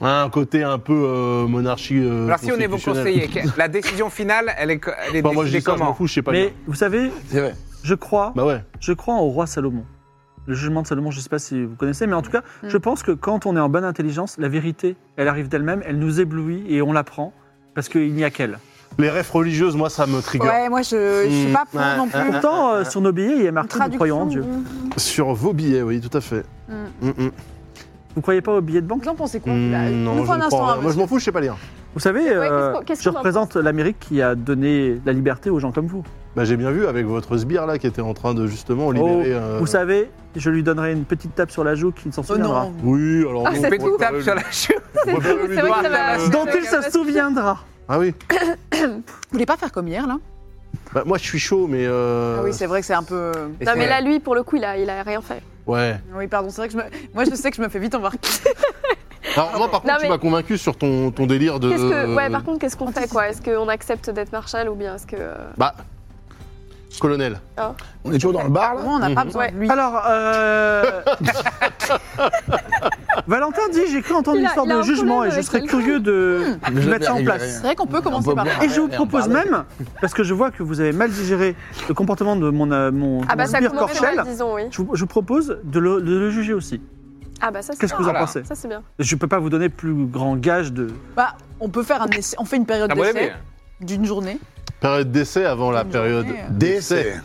S3: Un côté un peu euh, monarchie. euh,
S4: Alors si on est vos
S3: constitutionnelle.
S4: conseillers, que- la décision finale, elle est, co- elle est
S3: Enfin, moi, je
S4: décidée
S3: dis ça, je m'en
S4: comment
S3: fous, je sais pas.
S1: mais
S3: lire.
S1: vous savez,
S5: C'est vrai.
S1: je crois,
S3: Bah ouais.
S1: je crois au roi Salomon. Le jugement de Salomon, je ne sais pas si vous connaissez, mais en tout cas,
S2: Mm.
S1: je pense que quand on est en bonne intelligence, la vérité, elle arrive d'elle-même, elle nous éblouit et on la prend, parce qu'il n'y a qu'elle.
S3: Les rêves religieuses, moi, ça me trigger.
S2: Ouais, moi, je je suis
S3: Hmm.
S2: pas pour
S3: Ouais.
S2: non plus.
S3: Hein,
S1: Pourtant, euh, sur nos billets, il y a
S2: Une
S1: marqué « Nous croyons en Dieu
S2: hmm.
S3: Sur vos billets, oui, tout à fait.
S2: Mm.
S3: Mm, mm. ».
S1: Vous ne croyez pas aux billets de banque
S2: Vous en pensez quoi
S3: Mm,
S2: là
S3: non,
S2: Nous,
S3: je
S2: pour
S3: ne
S2: l'instant,
S3: crois
S2: hein,
S3: rien. Moi, je m'en fous, je sais pas lire.
S1: Vous savez,
S6: Ouais,
S1: euh,
S6: qu'est-ce qu'on- qu'est-ce
S1: je
S6: qu'on en
S1: représente l'Amérique qui a donné la liberté aux gens comme vous.
S3: Bah, j'ai bien vu avec votre sbire là qui était en train de
S1: Oh,
S3: justement libérer. euh,
S1: Vous savez, je lui donnerai une petite tape sur la joue qui ne s'en
S2: Oh
S1: souviendra.
S2: non.
S3: Oui, alors.
S6: Ah,
S3: bon,
S6: c'est
S3: on
S4: Petite
S6: tout.
S3: préfère
S4: tape
S3: lui-
S4: sur la cheveux.
S3: on préfère lui
S6: *laughs* C'est vrai que ça
S3: donner,
S6: va-
S3: euh,
S6: ça va-
S1: Dantil, ça se souviendra.
S3: Ah oui.
S2: Vous voulez pas faire comme hier, là
S3: Bah, moi, je suis chaud, mais. euh,
S2: Ah oui, c'est vrai que c'est un peu. euh,
S6: Non, mais là, lui, pour le coup, il a, il a rien fait.
S3: Ouais.
S2: Oui, pardon, c'est vrai que je me... moi, je sais que je me fais vite embarquer.
S3: Alors, moi, par
S6: Non,
S3: contre, tu
S6: mais-
S3: m'as convaincu sur ton, ton délire
S1: Euh,
S3: de.
S6: Qu'est-ce que, ouais, bah. par contre, qu'est-ce qu'on fait,
S2: anticiper.
S6: quoi Est-ce qu'on accepte d'être Marshall ou bien est-ce que... euh,
S3: Bah. Colonel.
S6: Oh.
S5: On est toujours dans le bar, là
S2: Vraiment, on n'a pas
S3: Mhm.
S2: besoin de lui.
S1: Alors,
S2: *laughs*
S1: euh... Valentin dit, j'ai cru entendre
S6: Il
S1: une
S6: a-
S1: histoire
S6: il a
S1: de
S6: un
S1: jugement et
S6: problème
S1: je
S6: avec Hmm.
S1: serais
S6: quelqu'un.
S1: curieux de
S5: Mais je
S1: mettre ça en
S5: vais
S1: place.
S5: arriver.
S2: C'est vrai qu'on peut commencer
S5: peut
S2: par
S5: bien.
S2: là.
S1: Et je vous
S5: Ouais,
S1: propose
S5: on parle.
S1: même, parce que je vois que vous avez mal digéré le comportement de mon, euh, mon,
S6: Ah bah
S1: mon
S6: ça
S1: sbire
S6: convenait dans
S1: Corchel,
S6: la- disons, oui.
S1: je vous, je vous propose de le, de le juger aussi.
S6: Ah bah ça, c'est
S1: Qu'est-ce que vous en
S4: Voilà.
S1: pensez
S6: Ça, c'est bien.
S1: Je ne peux pas vous donner plus grand gage de...
S2: Bah, on peut faire un essai. On fait une période
S4: À mon avis.
S2: d'essai d'une journée.
S3: Période d'essai avant la
S2: Bonne
S3: période.
S2: journée, euh.
S3: D'essai.
S5: Décès.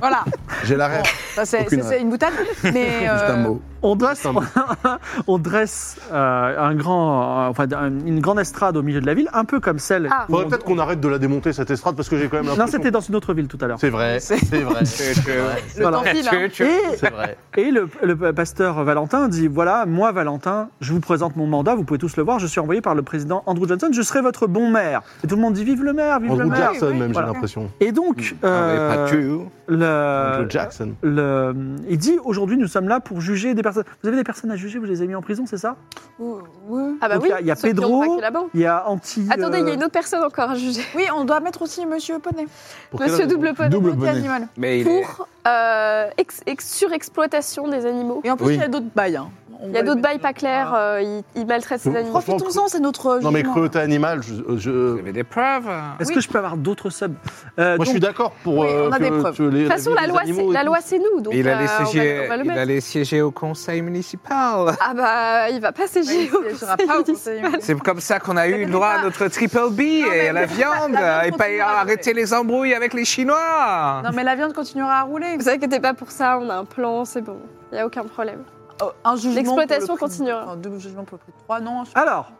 S2: Voilà.
S5: J'ai la
S2: Bon,
S5: rêve.
S2: ça, c'est
S5: Aucune
S2: c'est-
S5: rêve.
S2: c'est une boutade. Mais.
S5: Juste un
S2: euh,
S5: mot.
S1: On dresse,
S3: Putain,
S1: *laughs* on dresse euh, un grand, euh, enfin, un- une grande estrade au milieu de la ville, un peu comme celle.
S6: Ah.
S1: où
S3: Faudrait
S1: on-
S3: peut-être qu'on arrête de la démonter cette estrade parce que j'ai quand même
S1: Non,
S3: l'impression.
S1: c'était dans une autre ville tout à l'heure.
S3: C'est vrai,
S2: C'est-
S1: *laughs*
S3: c'est vrai, c'est
S2: Le
S1: Voilà.
S2: temps file, hein.
S1: Et,
S3: vrai.
S1: et le, le pasteur Valentin dit voilà, moi Valentin, je vous présente mon mandat, vous pouvez tous le voir, je suis envoyé par le président Andrew Johnson, je serai votre bon maire. Et tout le monde dit vive le maire, vive le
S3: Andrew
S1: maire.
S3: Jackson
S2: oui,
S3: même, j'ai
S1: voilà.
S3: l'impression.
S1: Et donc, euh,
S4: Ah, mais pas tu.
S1: le, Euh,
S3: Andrew Jackson.
S1: le, il dit aujourd'hui nous sommes là pour juger des personnes. Vous avez des personnes à juger, vous les avez mis en prison, c'est ça
S2: Ouh, ouh.
S6: Ah bah
S1: Donc,
S6: oui,
S1: il y a- il y a
S6: ceux qui
S1: Pedro.
S6: ont braqué là-bas.
S1: Il y a Anti.
S6: Attendez, il y a
S1: euh,
S6: une autre personne encore à juger.
S2: Oui, on doit mettre aussi Monsieur Poney.
S3: Pour quelle
S6: Monsieur
S3: raison
S6: Double Poney.
S5: Double
S2: Petit
S5: bonnet.
S2: animal.
S4: Mais il est.
S6: Pour euh, ex- ex- surexploitation des animaux.
S2: Et en plus,
S5: Oui.
S2: il y a d'autres bails. hein. On
S6: Il y
S2: va
S6: a
S2: les
S6: d'autres
S2: mettre-
S6: bails pas clairs, euh, ils, ils maltraitent ces
S3: Bon,
S6: animaux.
S3: franchement,
S2: Profitons-en, c'est notre.
S3: Non mais
S2: jugement.
S3: cruauté animale, je,
S4: Vous
S3: je-
S4: avez des preuves
S1: Est-ce
S2: Oui.
S1: que je peux avoir d'autres subs Euh,
S3: moi je
S1: donc,
S3: suis d'accord pour
S2: Oui,
S3: euh,
S2: on a des
S3: que-
S2: preuves.
S3: que les-
S6: De toute façon,
S3: vie
S6: la
S3: des
S6: loi,
S3: animaux
S6: c'est,
S3: et
S6: la
S3: tout.
S6: loi, c'est nous. Donc,
S4: il,
S6: euh,
S4: allait
S6: on va-
S4: siéger,
S6: on va le
S4: il
S6: mettre.
S4: allait siéger au conseil municipal.
S6: Ah bah, il va pas
S2: Ouais,
S6: sécher
S2: il
S6: *laughs*
S2: sera pas au conseil municipal.
S4: C'est comme ça qu'on a eu
S2: Vous
S4: droit à
S2: avez
S4: notre triple B
S2: mais
S4: et à la
S2: vous-
S4: viande.
S2: la viande
S4: Et
S2: continue
S4: pas
S2: à
S4: arrêter les embrouilles avec les Chinois.
S2: Non, mais la viande continuera à rouler.
S6: Vous inquiétez pas pour ça, on a un plan, c'est bon. Il n'y a aucun problème.
S2: Oh, Un jugement.
S6: L'exploitation
S2: pour le prix de-
S6: continuera.
S2: enfin, deux jugements pour le prix de trois, non. je-
S1: Alors,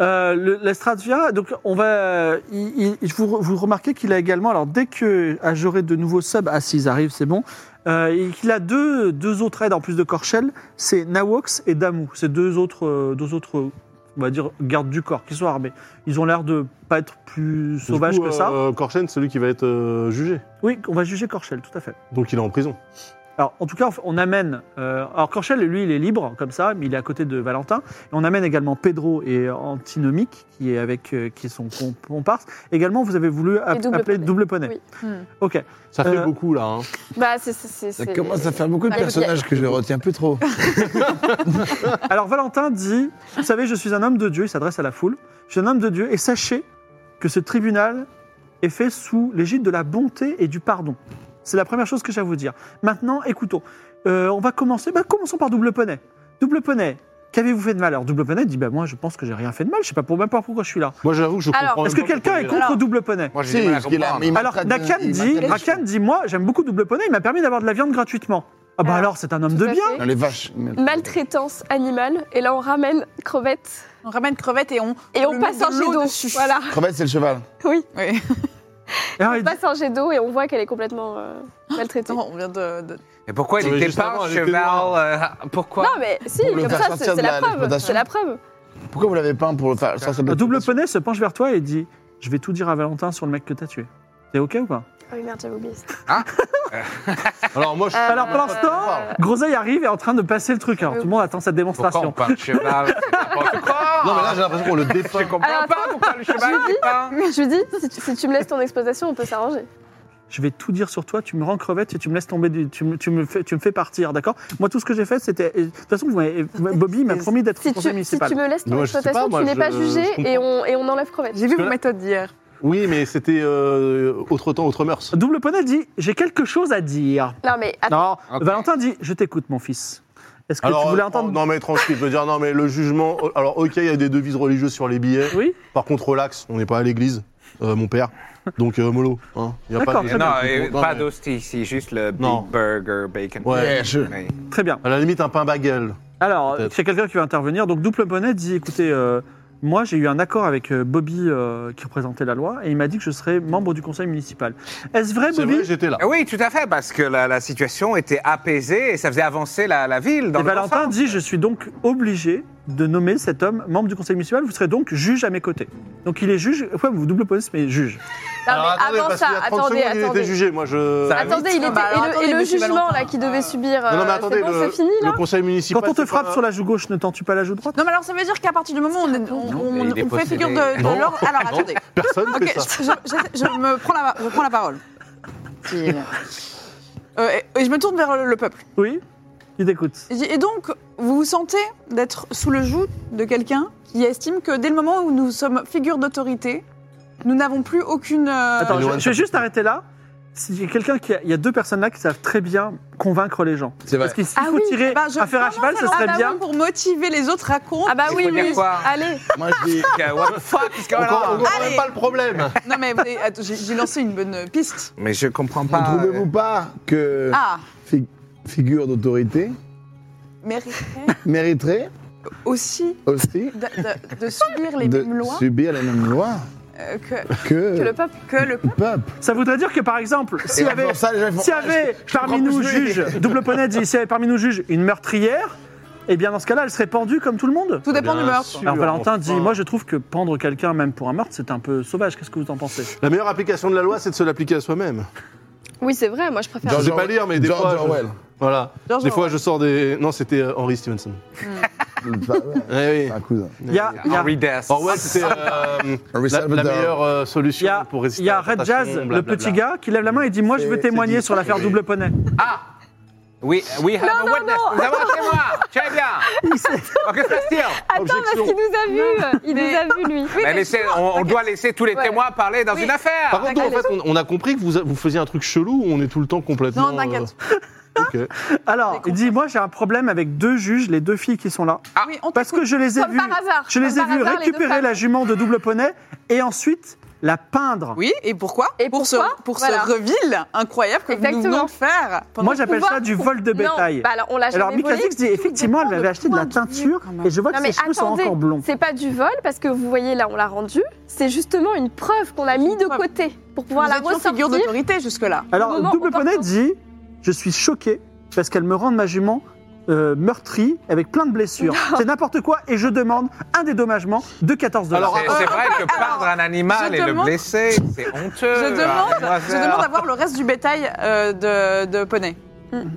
S1: euh, le- l'estrade vient, donc on va. euh, il- il- vous, vous remarquez qu'il a également, alors dès que ah, j'aurai de nouveaux subs, ah s'ils arrivent, c'est bon, euh, et qu'il a deux, deux autres aides en plus de Korchel, c'est Nawox et Damu. C'est deux autres, euh, deux autres, on va dire, gardes du corps qui sont armés. Ils ont l'air de pas être plus
S3: Du
S1: sauvages
S3: coup,
S1: que ça.
S3: euh, Korchen, c'est celui qui va être euh, jugé.
S1: Oui, on va juger Korchel, tout à fait.
S3: Donc il est en prison.
S1: Alors, en tout cas, on amène. euh, alors, Korchel, lui, il est libre, comme ça, mais il est à côté de Valentin. Et on amène également Pedro et Antinomique, qui est avec, euh, qui est son com- comparse. Également, vous avez voulu app-
S6: Et Double
S1: appeler
S6: Poney.
S1: Double Poney.
S6: Oui.
S2: Hmm.
S1: Ok.
S3: Ça fait
S1: Euh,
S3: beaucoup là. hein.
S6: Bah, c'est. c'est, c'est,
S5: Ça
S6: c'est-
S5: commence à faire beaucoup de
S6: Ah, il y a-
S5: personnages que je retiens plus trop.
S1: Alors, Valentin dit Vous savez, je suis un homme de Dieu. Il s'adresse à la foule. Je suis un homme de Dieu, et sachez que ce tribunal est fait sous l'égide de la bonté et du pardon. C'est la première chose que j'ai à vous dire. Maintenant, écoutons. Euh, on va commencer. Bah, commençons par Double Poney. Double Poney, qu'avez-vous fait de mal Alors, Double Poney dit bah, Moi, je pense que j'ai rien fait de mal. Je sais pas pour même pas pourquoi je suis là.
S3: Moi j'avoue que je
S6: Alors,
S3: comprends.
S1: Est-ce que
S3: même pas
S1: quelqu'un est
S3: pourquoi il
S1: contre Double Poney
S4: Moi, j'ai du
S5: Si,
S4: mal à
S5: parce qu'il a-
S4: comprendre.
S5: il m'a
S1: Alors,
S5: traité-
S1: Nakan
S5: il m'a
S1: dit,
S5: traité de
S1: Nakan
S5: chien.
S1: dit Moi, j'aime beaucoup Double Poney, il m'a permis d'avoir de la viande gratuitement. Ah bah
S6: Ah,
S1: alors, c'est un homme
S6: tout
S1: de
S6: à
S1: bien
S6: fait.
S5: Non, les vaches. il m'a-
S6: Maltraitance animale, et là on ramène crevette
S2: On ramène crevette et on.
S6: et on
S2: Le
S6: passe
S2: met
S6: un
S2: de
S6: jet
S2: l'eau
S6: d'eau.
S2: dessus.
S6: Voilà,
S5: Crevette, c'est le cheval.
S6: oui,
S2: Oui.
S1: Ah, Et alors,
S6: on
S1: il dit-
S6: passe un jet d'eau et on voit qu'elle est complètement euh,
S2: Oh,
S6: maltraitée.
S2: Attends, on vient de. de-
S4: Et pourquoi il
S3: Mais
S4: n'était
S3: juste
S4: pas
S3: avant,
S4: un
S3: elle était
S4: cheval
S3: noire.
S4: euh, Pourquoi
S6: Non, mais si,
S5: Pour le
S6: comme
S5: faire
S6: ça,
S5: sortir
S6: c'est,
S5: de
S6: c'est la
S5: la
S6: preuve.
S5: l'exploitation.
S6: C'est la preuve.
S5: Pourquoi vous l'avez peint pour le faire ça, ça doit être-
S1: Double Poney se penche vers toi et dit Je vais tout dire à Valentin sur le mec que t'as tué. C'est ok ou pas
S2: Oh,
S6: Ah oui, merde, j'avais oublié ça.
S3: comprend. Alors moi je.
S6: Euh,
S1: Alors, pour l'instant, Groseille arrive et est en train de passer le truc. Alors, tout le monde attend cette
S4: Pourquoi on
S1: démonstration.
S4: parle de
S6: *laughs*
S4: cheval C'est n'importe quoi.
S3: Non mais là j'ai l'impression
S1: *laughs*
S3: qu'on le dépeint.
S4: je comprends
S6: Alors,
S4: pas pourquoi le cheval
S6: je
S4: n'est
S6: dis-
S4: pas.
S6: *laughs* Je lui dis, si tu, si tu me laisses ton exploitation, on peut s'arranger.
S1: Je vais tout dire sur toi, tu me rends crevette et tu me laisses tomber, du- tu me, tu me, fais, tu me fais partir, d'accord Moi, tout ce que j'ai fait, c'était. et De toute façon, vous m'avez- Bobby m'a promis d'être
S6: Si
S1: conseiller
S6: tu, si
S1: municipal.
S6: tu me laisses ton
S3: Moi, je sais
S6: exploitation,
S3: pas, moi,
S6: tu n'es
S3: je-
S6: pas
S3: je
S6: jugé
S3: comprends.
S6: et on, et on enlève crevette.
S2: J'ai vu
S3: que
S2: vos
S3: là-
S2: méthodes d'hier.
S3: Oui mais c'était euh, autre temps, autre mœurs.
S1: Double Poney dit J'ai quelque chose à dire.
S6: Non, mais attends,
S1: Non,
S4: Ok.
S1: Valentin dit Je t'écoute, mon fils. Est-ce que tu
S3: Alors,
S1: voulais
S3: euh,
S1: entendre
S3: Non, mais tranquille, je veux dire, non, mais le jugement. euh, Alors, ok, il y a des devises religieuses sur les billets.
S1: Oui
S3: Par contre, relax, on n'est pas à l'église, euh, mon père. Donc, euh, mollo. hein. Il y a
S1: D'accord,
S3: pas de-
S1: très
S4: Non,
S3: de-
S4: et
S3: de-
S4: pas
S3: mais-
S4: d'hostie ici, juste le Big
S3: Non.
S4: Burger Bacon.
S3: Ouais.
S5: Ouais, je-
S4: Oui.
S1: Très bien.
S3: À la limite, un pain bagel.
S1: Alors,
S3: Peut-être.
S1: c'est quelqu'un qui va intervenir. Donc, Double Bonnet dit écoutez, euh, moi, j'ai eu un accord avec euh, Bobby, euh, qui représentait la loi, et il m'a dit que je serais membre du conseil municipal. Est-ce vrai,
S3: C'est
S1: Bobby
S3: vrai, j'étais là.
S4: Ah Oui, tout à fait, parce que la, la situation était apaisée et ça faisait avancer la, la ville dans
S1: Et
S4: le bon
S1: Valentin
S4: sens.
S1: dit je suis donc obligé de nommer cet homme membre du conseil municipal, vous serez donc juge à mes côtés. Donc, il est juge, ouais, vous double Ponnet, mais juge.
S6: non,
S3: Alors,
S6: mais
S3: attendez,
S6: avant
S3: parce
S6: ça,
S3: qu'il y a 30
S6: attendez,
S3: secondes, il était
S6: attendez.
S3: jugé. Moi, je.
S4: Ça-
S6: Attendez, il
S2: Ah,
S6: était,
S2: bah,
S6: et le,
S2: attendez,
S6: et le
S2: monsieur
S6: jugement
S2: Valentin.
S6: là qu'il devait
S2: Ah.
S6: subir,
S3: Non, non, mais
S6: euh,
S3: attendez,
S6: c'est bon,
S3: le,
S6: c'est fini là
S3: le conseil municipal.
S1: Quand on te
S3: c'est
S1: frappe
S3: pas-
S1: sur la joue gauche, ne tends-tu pas la joue droite
S2: Non, mais alors ça veut dire qu'à partir du moment où on, est- on-
S4: mais
S2: on-
S4: il est
S2: on fait
S4: possédé.
S2: figure de, de
S3: Non.
S2: l'ordre. Alors attendez.
S3: Personne
S2: Ok,
S3: fait ça.
S2: je, je- je me prends la, je prends la parole. Euh, et, et je me tourne vers le, le peuple.
S1: Oui Il t'écoute.
S2: Je dis, Et donc, vous vous sentez d'être sous le joug de quelqu'un qui estime que dès le moment où nous sommes figure d'autorité, nous n'avons plus aucune. euh,
S1: Attends, je,
S3: Lohan,
S1: je vais juste arrêter là. Si y a quelqu'un qui a- il y a deux personnes là qui savent très bien convaincre les gens.
S5: C'est vrai.
S1: Parce qu'il s'il
S6: Ah
S1: faut
S6: oui,
S1: tirer
S2: bah, je
S1: à fer à
S2: commence
S1: cheval,
S2: à
S1: ce
S2: leur
S1: serait
S2: avouer
S1: bien.
S2: pour motiver les autres à contre.
S6: Ah bah
S4: Il
S6: oui,
S4: faut dire
S6: oui,
S4: quoi
S6: allez
S5: Moi, je dis.
S3: *laughs*
S4: Ok, What the fuck is
S3: On
S4: going
S3: comprend- on
S4: on?
S3: comprend
S2: Allez.
S3: même pas le problème.
S2: Ah, Non mais vous avez- attends, j'ai j'ai lancé une bonne euh, piste.
S4: Mais
S1: Ah,
S4: je comprends
S5: Ne
S4: pas.
S3: Euh.
S5: trouvez-vous pas que
S2: Ah,
S5: fi- figure d'autorité
S6: mériterait
S5: mériterait
S6: aussi
S5: aussi
S6: d'a- d'a- de, subir les
S5: de
S6: mêmes lois
S5: subir les mêmes lois
S6: euh, que,
S5: que,
S6: que le
S5: le
S6: peuple.
S2: Que le
S5: peuple.
S1: Ça voudrait dire que, par exemple, s'il y
S5: Et
S1: avait,
S5: pour ça, les gens, ils font,
S1: s'il y
S5: ah,
S1: avait parmi
S5: comprends
S1: nous
S5: plus.
S1: juges, double ponette dit, s'il y avait parmi nous juges une meurtrière, eh bien, dans ce cas-là, elle serait pendue comme tout le monde.
S2: Tout dépend
S3: Bien
S2: du meurtre.
S3: sûr,
S1: Alors, Ah, Valentin
S3: enfin.
S1: dit Moi, je trouve que pendre quelqu'un, même pour un meurtre, c'est un peu sauvage. Qu'est-ce que vous en pensez
S3: La meilleure application de la loi, c'est de se l'appliquer à soi-même.
S6: Oui, c'est vrai, moi je préfère.
S3: Je
S5: George
S3: sais pas
S5: Orwell.
S3: lire, mais des
S5: George
S3: fois. je-
S5: Orwell.
S3: Voilà.
S2: George
S3: des fois,
S2: Orwell.
S3: je sors des. Non, c'était euh, Henry Stevenson.
S5: Bah, ouais,
S3: Eh
S5: c'est
S3: oui.
S5: un cousin.
S1: Il y a, il y a-
S4: Henry Death.
S3: Orwell, Ah. Oh, c'était euh, la, la meilleure euh, solution
S1: il y a-
S3: pour résister.
S1: il y a
S3: à la
S1: Red
S3: tentation,
S1: Jazz, le
S3: blablabla.
S1: petit gars, qui lève la main et dit Moi, je veux
S5: C'est-
S1: témoigner
S5: c'est
S1: sur l'affaire
S5: dit.
S1: double poney.
S4: Ah Oui, oui, have a witness. Nous avons un
S6: *laughs*
S4: témoin. Très bien. Alors, que se passe-t-il
S6: Attends, parce qu'il nous a vus euh, Il nous a vus, *laughs* lui.
S4: Mais laissez- on, on doit laisser tous les
S6: Ouais.
S4: témoins parler dans
S6: Oui.
S4: une affaire.
S3: Par contre, nous, en fait, on, on a compris que vous, vous faisiez un truc chelou où on est tout le temps complètement.
S2: Non, t'inquiète.
S3: euh, ok.
S1: Alors, il dit Moi, j'ai un problème avec deux juges, les deux filles qui sont là.
S4: Ah,
S2: Oui, on
S1: Parce que je les ai
S6: Comme
S1: vues.
S6: par hasard.
S1: Je les ai
S6: Comme par
S1: vues
S6: hasard, les deux
S1: récupérer
S6: femmes.
S1: la jument de double poney et ensuite la peindre.
S2: Oui, et pourquoi
S6: Et
S2: Pour
S6: pourquoi
S2: ce, pour
S6: Voilà.
S2: ce reveal incroyable que nous
S6: Exactement.
S2: venons de faire.
S1: Moi, j'appelle
S6: pouvoir-
S1: ça du vol de bétail.
S6: Non, bah alors on l'a jamais
S1: Alors, Mika
S6: volé.
S1: Zix dit effectivement, elle
S6: dépend
S1: m'avait
S6: de
S1: acheté de la
S6: point de vue,
S1: teinture
S2: quand même.
S1: et je vois que
S6: Non, mais
S1: ses cheveux sont
S6: attendez.
S1: encore blonds.
S6: C'est pas du vol parce que vous voyez là, on l'a rendu. C'est justement une preuve qu'on a mis de
S2: preuve.
S6: côté pour pouvoir la
S2: Nous étions figure
S6: ressortir.
S2: d'autorité jusque-là.
S1: Alors,
S6: moment
S1: Double
S6: opportun.
S1: Poney dit Je suis choqué parce qu'elle me rend ma jument euh, meurtrie avec plein de blessures. C'est n'importe quoi et je demande un dédommagement de 14 dollars.
S4: c'est
S3: euh,
S4: c'est vrai que peindre un animal
S2: je
S4: et le
S2: demande-
S4: blesser, c'est honteux.
S2: Je demande, je
S4: Euh, mademoiselle.
S2: demande à voir le reste du bétail euh, de, de poney.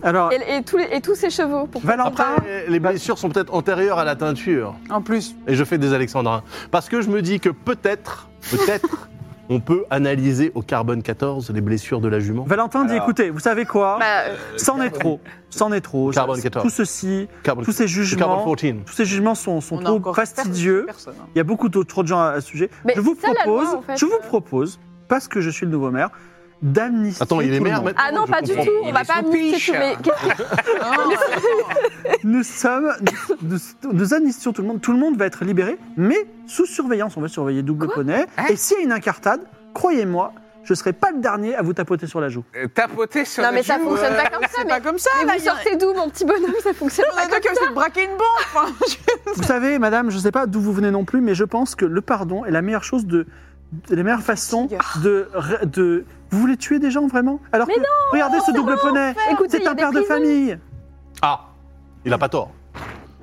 S1: Alors,
S6: Et, et tous les, et tous ses chevaux. Pour...
S1: Valentin,
S3: Après, les blessures sont peut-être antérieures à la teinture.
S2: En plus,
S3: Et je fais des alexandrins. Parce que je me dis que peut-être, peut-être, on peut analyser au carbone 14 les blessures de la jument.
S1: Valentin dit
S4: Alors.
S1: Écoutez, vous savez quoi
S6: Bah, euh,
S1: C'en est trop. C'en est trop.
S3: Carbone
S1: Ça-
S3: 14.
S1: Tout ceci,
S3: Carbone,
S1: tous ces
S3: carbone
S1: jugements.
S3: 14.
S1: Tous ces jugements sont, sont
S2: on a
S1: trop
S2: encore
S1: fastidieux.
S2: personne. hein.
S1: Il y a beaucoup d'autres- trop de gens à à ce sujet.
S6: Mais
S1: je vous
S6: c'est ça, la loi,
S1: propose,
S6: en fait,
S1: je vous
S6: euh.
S1: propose, parce que je suis le nouveau maire, d'amnistier.
S3: Attends, il est
S1: tout le
S3: maire
S1: monde.
S3: maintenant
S6: Ah non,
S3: je
S6: pas du
S3: comprends.
S6: tout.
S4: Il
S6: On va
S4: est
S6: pas
S4: sous
S6: amnistier
S4: piche.
S6: tout. Mais
S1: Nous sommes, nous, nous- nous amnistions tout le monde. Tout le monde va être libéré, mais sous surveillance. On va surveiller double
S6: Quoi Ah.
S1: poney.
S4: Hein
S1: et s'il y a une incartade, croyez-moi, je serai pas le dernier à vous tapoter sur la
S6: *laughs*
S1: joue.
S4: Euh, Tapoter sur
S6: non,
S4: le
S6: mais ça
S4: joue,
S6: fonctionne
S4: euh,
S6: pas comme ça.
S2: C'est
S6: Mais,
S2: pas comme ça,
S6: mais
S2: là.
S6: vous
S2: il y a-
S6: sortez d'où, mon petit bonhomme Ça fonctionne
S2: On
S6: pas
S2: a deux
S6: comme
S2: qui ont essayé de braquer une bombe. enfin, *laughs* je-
S1: Vous savez, madame, je sais pas d'où vous venez non plus, mais je pense que le pardon est la meilleure chose de, de- la meilleure façon de, de. Vous voulez tuer des gens vraiment Alors
S6: Mais
S1: que- regardez ce double poney.
S6: ça. Écoutez,
S1: C'est
S6: il y a
S1: un
S6: des
S1: père de
S6: prisons.
S1: famille.
S3: Ah, il a pas tort.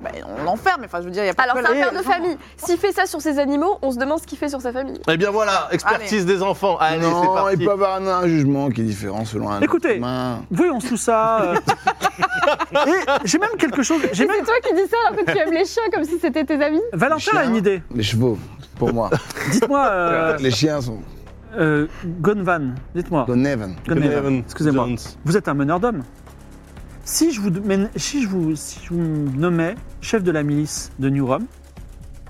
S2: Bah, on l'enferme, mais enfin, je veux dire, il n'y a pas
S6: Alors,
S2: de
S6: c'est un
S2: colère.
S6: père de famille. S'il fait ça sur ses animaux, on se demande ce qu'il fait sur sa famille.
S3: Eh bien voilà, expertise des enfants. Allez, c'est
S5: non,
S3: parti.
S5: il peut avoir un, un jugement qui est différent selon un
S1: Écoutez.
S5: être humain.
S1: Voyons sous ça.
S6: *laughs*
S1: euh. et j'ai même quelque chose. J'ai
S6: Et
S1: même
S6: C'est toi qui dis ça alors que tu aimes les chiens comme si c'était tes amis.
S1: Valentin a
S5: Chien.
S1: une idée.
S5: Les chevaux,
S1: *laughs*
S5: pour moi.
S1: Dites-moi. euh,
S5: Les chiens sont
S1: Euh, Gonvan, dites-moi,
S5: Donevan.
S1: Gonvan,
S3: Evan
S1: excusez-moi,
S3: Jones.
S1: vous êtes un meneur d'hommes. Si je vous, mène- si je vous, si je vous nommais chef de la milice de New Rome,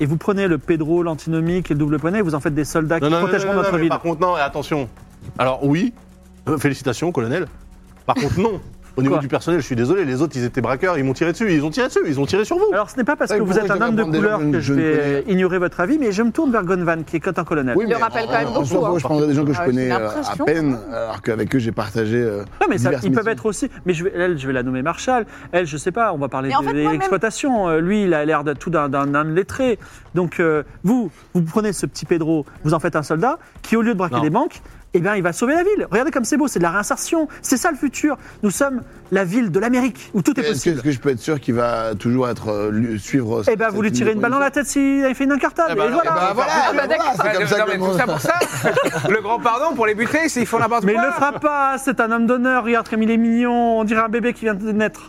S1: et vous prenez le Pedro, l'antinomique et le double poney, et vous en faites des soldats
S3: Non,
S1: qui
S3: non, non,
S1: protégeront
S3: non, non,
S1: notre
S3: mais
S1: ville.
S3: Par contre, non, et attention. Alors oui, euh, félicitations, colonel. Par contre, non. Au niveau
S1: Quoi
S3: du personnel, je suis désolé, les autres, ils étaient braqueurs, ils m'ont tiré dessus, ils ont tiré dessus, ils ont tiré sur vous.
S1: Alors ce n'est pas parce
S5: Ouais,
S1: que vous
S5: pourquoi
S1: êtes
S5: je
S1: un
S5: devrais
S1: homme de
S5: prendre des
S1: couleur
S5: gens que
S1: que je
S5: je ne
S1: vais
S5: connais
S1: ignorer votre avis, mais je me tourne vers Gonvan, qui est cotin colonel.
S5: Oui,
S6: Il le
S5: mais
S6: rappelle
S5: en-
S6: quand même
S5: en-
S6: beaucoup,
S5: En soi,
S6: hein.
S5: je prendrais des gens que je
S2: Ah, j'ai
S5: connais euh, à
S2: l'impression.
S5: peine, alors qu'avec eux, j'ai partagé. euh,
S1: Non, mais ça,
S5: Diverses
S1: ils peuvent
S5: missions.
S1: être aussi. Mais je vais, elle, je vais la nommer Marshall. Elle, je sais pas, on va parler
S2: Mais en
S1: de
S2: fait, moi-même-
S1: l'exploitation. Euh, Lui, il a l'air de tout d'un- d'un d'un lettré. Donc, euh, vous, vous prenez ce petit Pedro, vous en faites un soldat qui, au lieu de braquer
S3: Non.
S1: des banques, eh bien, il va sauver la ville. Regardez comme c'est beau, c'est de la réinsertion. C'est ça le futur. Nous sommes la ville de l'Amérique où tout est
S5: Est-ce que,
S1: possible.
S5: est-ce que je peux être sûr qu'il va toujours être euh, lui- suivre
S1: Eh bien, vous lui tirez une balle dans la tête s'il avait fait une incartable.
S3: Eh ben,
S1: et
S3: alors,
S1: voilà.
S5: Bah voilà,
S6: Ah, bah,
S5: voilà, c'est
S4: Ouais,
S5: comme
S4: non,
S5: ça
S4: non,
S5: que
S4: mais
S5: le
S4: tout
S5: monde-
S4: ça pour *laughs* ça. le grand pardon pour les buter s'ils font n'importe quoi.
S1: Mais il le fera pas, c'est un homme d'honneur. Regarde comme il est mignon. On dirait un bébé qui vient de naître.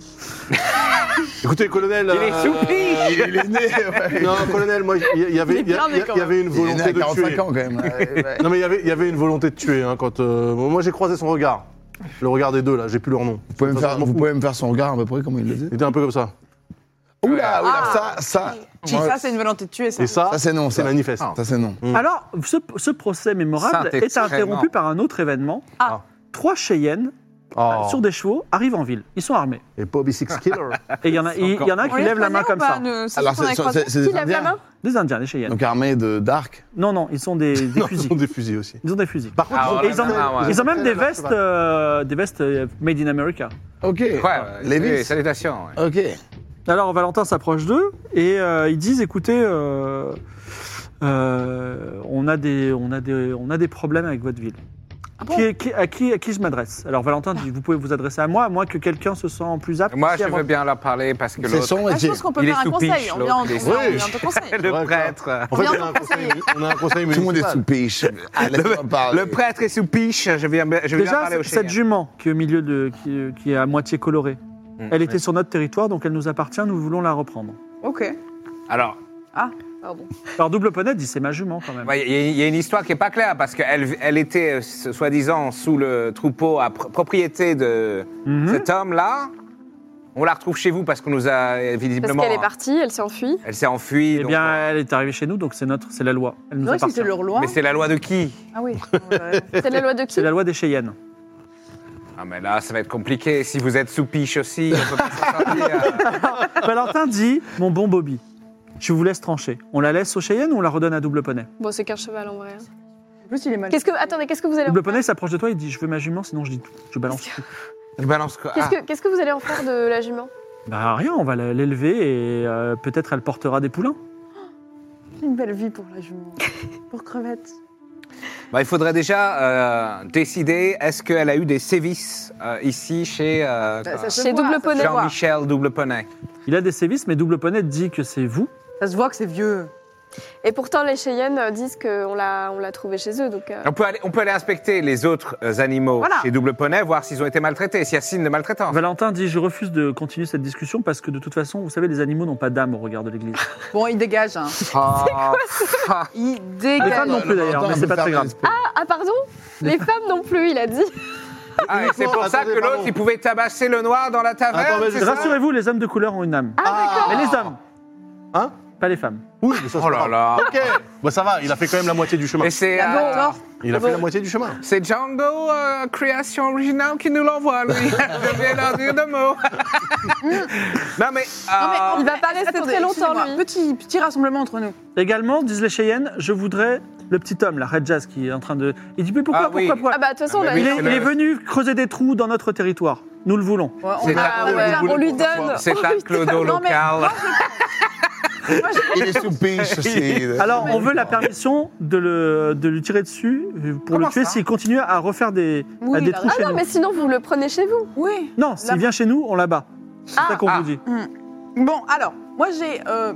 S3: Écoutez, colonel. euh,
S4: Il est soupi.
S5: Il est né, ouais.
S3: Non, colonel, moi, il y- il y avait, il y a-
S2: bien né, quand
S3: il y avait une
S5: Il est né à
S3: volonté de
S5: 45
S3: tuer.
S5: ans quand même. ouais, ouais.
S3: Non, mais il y avait, il y avait une volonté de tuer. hein, quand, euh, moi, j'ai croisé son regard. Le regard des deux, là, j'ai plus leur nom.
S5: Vous pouvez, me
S3: Ça,
S5: faire,
S3: je m'en
S5: vous
S3: fous.
S5: pouvez me faire son regard à peu près, comment il le dit
S3: Il était un peu comme ça.
S5: Oula, oula,
S2: Ah.
S5: ça, ça.
S2: Si,
S5: moi,
S2: ça, c'est une volonté de tuer, ça.
S3: Et ça,
S5: ça, c'est non,
S3: c'est
S5: ça. Ah.
S3: manifeste.
S5: Ça, c'est non.
S3: Mm.
S1: Alors, ce, ce procès mémorable
S4: Ça, t'es
S1: est interrompu
S4: extrêmement.
S1: par un autre événement.
S2: Ah.
S1: Trois Cheyennes
S3: Oh.
S4: Ah,
S1: euh, sur des chevaux arrivent en ville. Ils sont armés.
S3: Et Bobby Six Killer.
S1: Et il y en a, il- il y en a
S2: On
S1: qui
S2: les
S1: lèvent la
S2: connaît
S1: main
S2: ou
S1: comme
S2: pas,
S1: ça.
S2: nous C'est
S5: Alors,
S2: ceux qu'on
S5: c'est
S2: a croisés
S5: c'est- c'est
S6: Qui
S5: des
S6: lève la
S5: Indiens,
S6: main
S2: hein
S1: Des Indiens, des Cheyennes.
S5: donc armés de d'arc.
S1: Non, non, ils sont des, des
S3: Non, *laughs* ils
S1: fusils.
S3: ont des fusils aussi.
S1: Ils ont des fusils.
S3: Par contre,
S4: Ah,
S1: Et ils ont,
S4: ouais, ouais, ouais.
S1: ils ont même des
S3: la marche
S1: vestes,
S3: cheval.
S1: euh, des vestes euh, made in America.
S5: Ok.
S4: Ouais, ouais,
S5: Lévis.
S4: oui, salutations. ouais.
S5: Ok.
S1: Alors Valentin s'approche d'eux et euh, ils disent écoutez, euh, euh, on, a des, on, a des, on a des problèmes avec votre ville.
S2: bon
S1: Qui est- qui- à, qui, à qui je m'adresse Alors Valentin dit vous pouvez vous adresser à moi, à moins que quelqu'un se sent plus apte.
S4: Moi,
S1: ici
S4: je
S1: à moi.
S4: veux bien leur parler parce que
S7: C'est
S4: l'autre,
S7: son
S2: Ah, je
S7: métier.
S2: pense qu'on peut
S4: Il est
S2: faire un
S4: sous
S2: conseil.
S4: piche,
S2: On
S4: l'autre,
S2: vient on
S4: il est
S2: vient- on
S3: sous
S2: vient te conseiller.
S4: *laughs* le
S3: Ouais,
S4: prêtre.
S3: En fait,
S2: Viens
S3: on a un
S2: pour
S3: conseil,
S2: conseiller.
S3: on a un conseil
S5: Tout le monde
S3: municipal.
S5: est sous piche. Laisse-moi parler.
S4: Le prêtre est sous piche. Je viens, je viens
S1: Déjà,
S4: parler au
S1: cette
S4: chien.
S1: jument qui est au milieu de, qui, qui est à moitié colorée,
S4: Mm.
S1: elle était sur notre territoire, donc elle nous appartient, nous voulons la reprendre.
S2: Ok.
S4: Alors,
S2: Pardon.
S1: Alors double poney dit c'est ma jument quand même.
S4: il y, a- y a une histoire qui est pas claire parce qu'elle elle était euh, s- soi-disant sous le troupeau à pro- propriété de
S1: Mhm.
S4: cet homme-là. On la retrouve chez vous parce qu'on nous a euh,
S6: Parce
S4: visiblement.
S6: qu'elle est partie, elle s'est enfuie.
S4: elle s'est enfuie.
S1: Eh
S4: donc,
S1: bien,
S4: euh,
S1: elle est arrivée chez nous, donc c'est notre, c'est la loi. Elle nous
S2: C'est vrai que
S1: appartient.
S2: c'était leur loi.
S4: mais c'est la loi de qui
S2: Ah oui. Ouais.
S6: C'est la
S1: *laughs*
S6: loi de qui
S1: C'est la loi des Cheyennes.
S4: Ah mais là, ça va être compliqué. Si vous êtes sous piche aussi, on peut pas s'en
S6: *laughs*
S4: sortir.
S1: Valentin dit, mon bon Bobby, je vous laisse trancher. On la laisse aux Cheyennes ou on la redonne à Double Poney
S6: Bon, c'est qu'un cheval en vrai. hein.
S2: En plus, il est mal.
S6: Qu'est-ce que. Attendez, qu'est-ce que vous allez en
S1: Double
S6: faire
S1: Poney s'approche de toi et dit, je veux ma jument, sinon je dis tout. Je balance tout.
S4: Tu balances quoi
S6: Qu'est-ce
S4: Ah,
S6: que, qu'est-ce que vous allez en faire de la jument
S1: Bah rien, on va la- l'élever et euh, peut-être elle portera des poulains.
S2: Une belle vie pour la jument. pour crevette.
S4: bah, il faudrait déjà euh, décider est-ce qu'elle a eu des sévices euh, ici chez, euh,
S2: Ça, ça se
S6: Chez
S2: voit,
S6: Double
S2: ça se
S6: Poney.
S2: voit.
S4: Jean-Michel Double Poney.
S1: Il a des sévices, mais Double Poney dit que c'est vous.
S2: Ça se voit que c'est vieux.
S6: Et pourtant, les Cheyennes euh, disent qu'on l'a, on l'a trouvée chez eux. Donc, euh,
S4: On peut, aller, on peut aller inspecter les autres euh, animaux
S2: Voilà.
S4: chez Double Poney, voir s'ils ont été maltraités, s'il y a signe de maltraitance.
S1: Valentin dit, je refuse de continuer cette discussion parce que de toute façon, vous savez, les animaux n'ont pas d'âme au regard de l'Église.
S2: Bon, il dégage. Hein.
S4: Ah,
S2: Il
S1: Les
S2: dégage.
S1: femmes non plus d'ailleurs, mais c'est pas très grave.
S6: Ah, pardon Les femmes non plus, il a dit.
S4: Ah, et c'est pour ça que
S3: Attendez,
S4: l'autre,
S3: pardon.
S4: il pouvait tabasser le noir dans la taverne
S3: Attendez,
S4: c'est
S3: je-
S4: ça
S1: Rassurez-vous, les hommes de couleur ont une âme.
S3: Ah,
S1: Mais les hommes,
S3: Hein
S1: pas les femmes.
S3: Oui, mais ça, c'est pas
S4: Oh là
S3: grave.
S4: là
S3: Ok, bah ça va, il a fait quand même la moitié du chemin.
S4: Et c'est...
S2: Ah bon,
S4: euh,
S2: alors
S3: Il a fait la moitié du chemin.
S4: c'est Django, euh, création originale, qui nous l'envoie, lui. Je viens leur dire deux mots. non, mais... euh,
S6: Il va pas rester
S2: Attendez,
S6: très longtemps,
S2: excusez-moi,
S6: lui.
S2: Petit, petit rassemblement entre nous.
S1: Également, disent les Cheyennes, je voudrais le petit homme, la Red Jazz, qui est en train de. Il dit, mais pourquoi,
S4: Ah oui.
S1: pourquoi, pourquoi
S6: Ah, bah, de toute façon,
S4: Ah,
S6: on
S4: mais
S6: a
S4: oui,
S1: il, est,
S4: c'est
S1: il
S4: le-
S1: est venu creuser des trous dans notre territoire. Nous le voulons.
S2: Ouais, on-
S4: C'est
S2: Ah,
S6: Ah,
S4: un-
S6: ouais,
S2: vous
S6: on lui
S2: voulez
S6: donne.
S4: C'est
S6: on
S4: un
S6: lui
S4: clodo
S2: Non, mais-
S4: local.
S5: Il est sous piche aussi.
S1: Alors, on veut la permission de, le, de lui tirer dessus euh, pour
S4: Comment
S1: le tuer
S4: ça
S1: s'il continue à refaire des,
S2: Oui,
S1: à des
S2: il a
S1: trous chez
S6: Ah non,
S1: nous.
S6: mais sinon, vous le prenez chez vous.
S2: Oui.
S1: Non, s'il
S2: Là-
S1: vient chez nous, on l'abat. C'est
S6: Ah,
S1: ça qu'on
S4: ah.
S1: vous dit.
S2: Bon, alors, moi j'ai euh,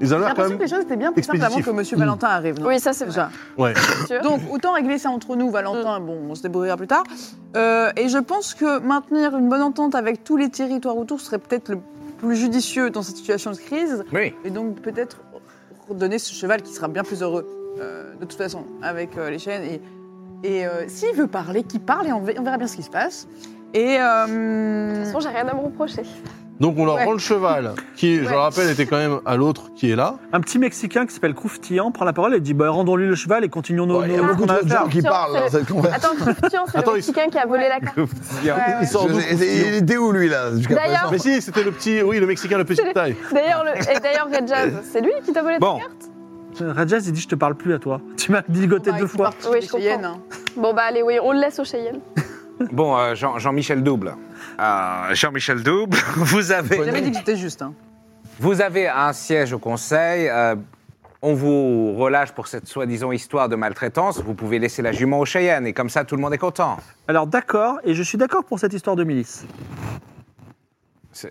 S3: Ils ont l'air quand
S2: l'impression que
S3: même.
S2: les choses étaient bien plus simples avant
S3: expéditif.
S2: que Monsieur Valentin arrive. non
S6: Oui, ça, c'est vrai.
S2: Déjà.
S3: Ouais.
S2: Donc, autant régler ça entre nous, Valentin,
S6: Mm.
S2: bon, on se débrouillera plus tard. Euh, et je pense que maintenir une bonne entente avec tous les territoires autour serait peut-être le plus judicieux dans cette situation de crise.
S4: Oui.
S2: Et donc, peut-être redonner ce cheval qui sera bien plus heureux, euh, de toute façon, avec euh, les chaînes. Et, et euh, s'il veut parler, qu'il parle et on ve- on verra bien ce qui se passe. Et.
S6: De
S2: euh,
S6: toute façon, j'ai rien à me reprocher.
S3: Donc on leur
S2: Ouais.
S3: rend le cheval, qui, je
S6: Ouais.
S3: le rappelle, était quand même à l'autre qui est là.
S1: Un petit Mexicain qui s'appelle Crouftillant prend la parole et dit bah, rendons-lui le cheval et continuons nos.
S5: Bon, Bah, Il y a
S1: nos-
S5: beaucoup
S1: qu'on a à
S5: trop de gens
S1: faire.
S5: qui hein.
S6: Tiens,
S5: parlent dans
S6: c'est-
S5: cette conversation.
S6: Attends, Christian, c'est
S3: Attends,
S6: le
S3: il-
S6: Mexicain qui a volé la carte.
S5: Il sort d'où Il était où lui là jusqu'à
S6: D'ailleurs-
S5: présent
S3: Mais si, c'était le petit, oui, le Mexicain de petite taille.
S6: D'ailleurs, le... et d'ailleurs, Red Jazz, c'est lui qui t'a volé
S4: Bon.
S6: ta carte
S1: Euh, Rajaz, il dit je te parle plus à toi. *laughs* Tu m'as bigoté
S2: bah, il
S1: deux
S2: faut
S1: fois.
S2: partir
S6: Oui,
S2: des
S6: je comprends.
S2: Cheyennes, hein.
S6: Bon, bah, allez, oui, on le laisse au Cheyenne.
S4: Bon, euh, Jean- Jean-Michel Double. Euh, Jean-Michel Double, *laughs* vous
S2: J'avais
S4: avez,
S2: dit que c'était juste. hein.
S4: vous avez un siège au conseil. euh, on vous relâche pour cette soi-disant histoire de maltraitance. Vous pouvez laisser la jument au Cheyenne et comme ça, tout le monde est content.
S1: Alors d'accord, et je suis d'accord pour cette histoire de milice.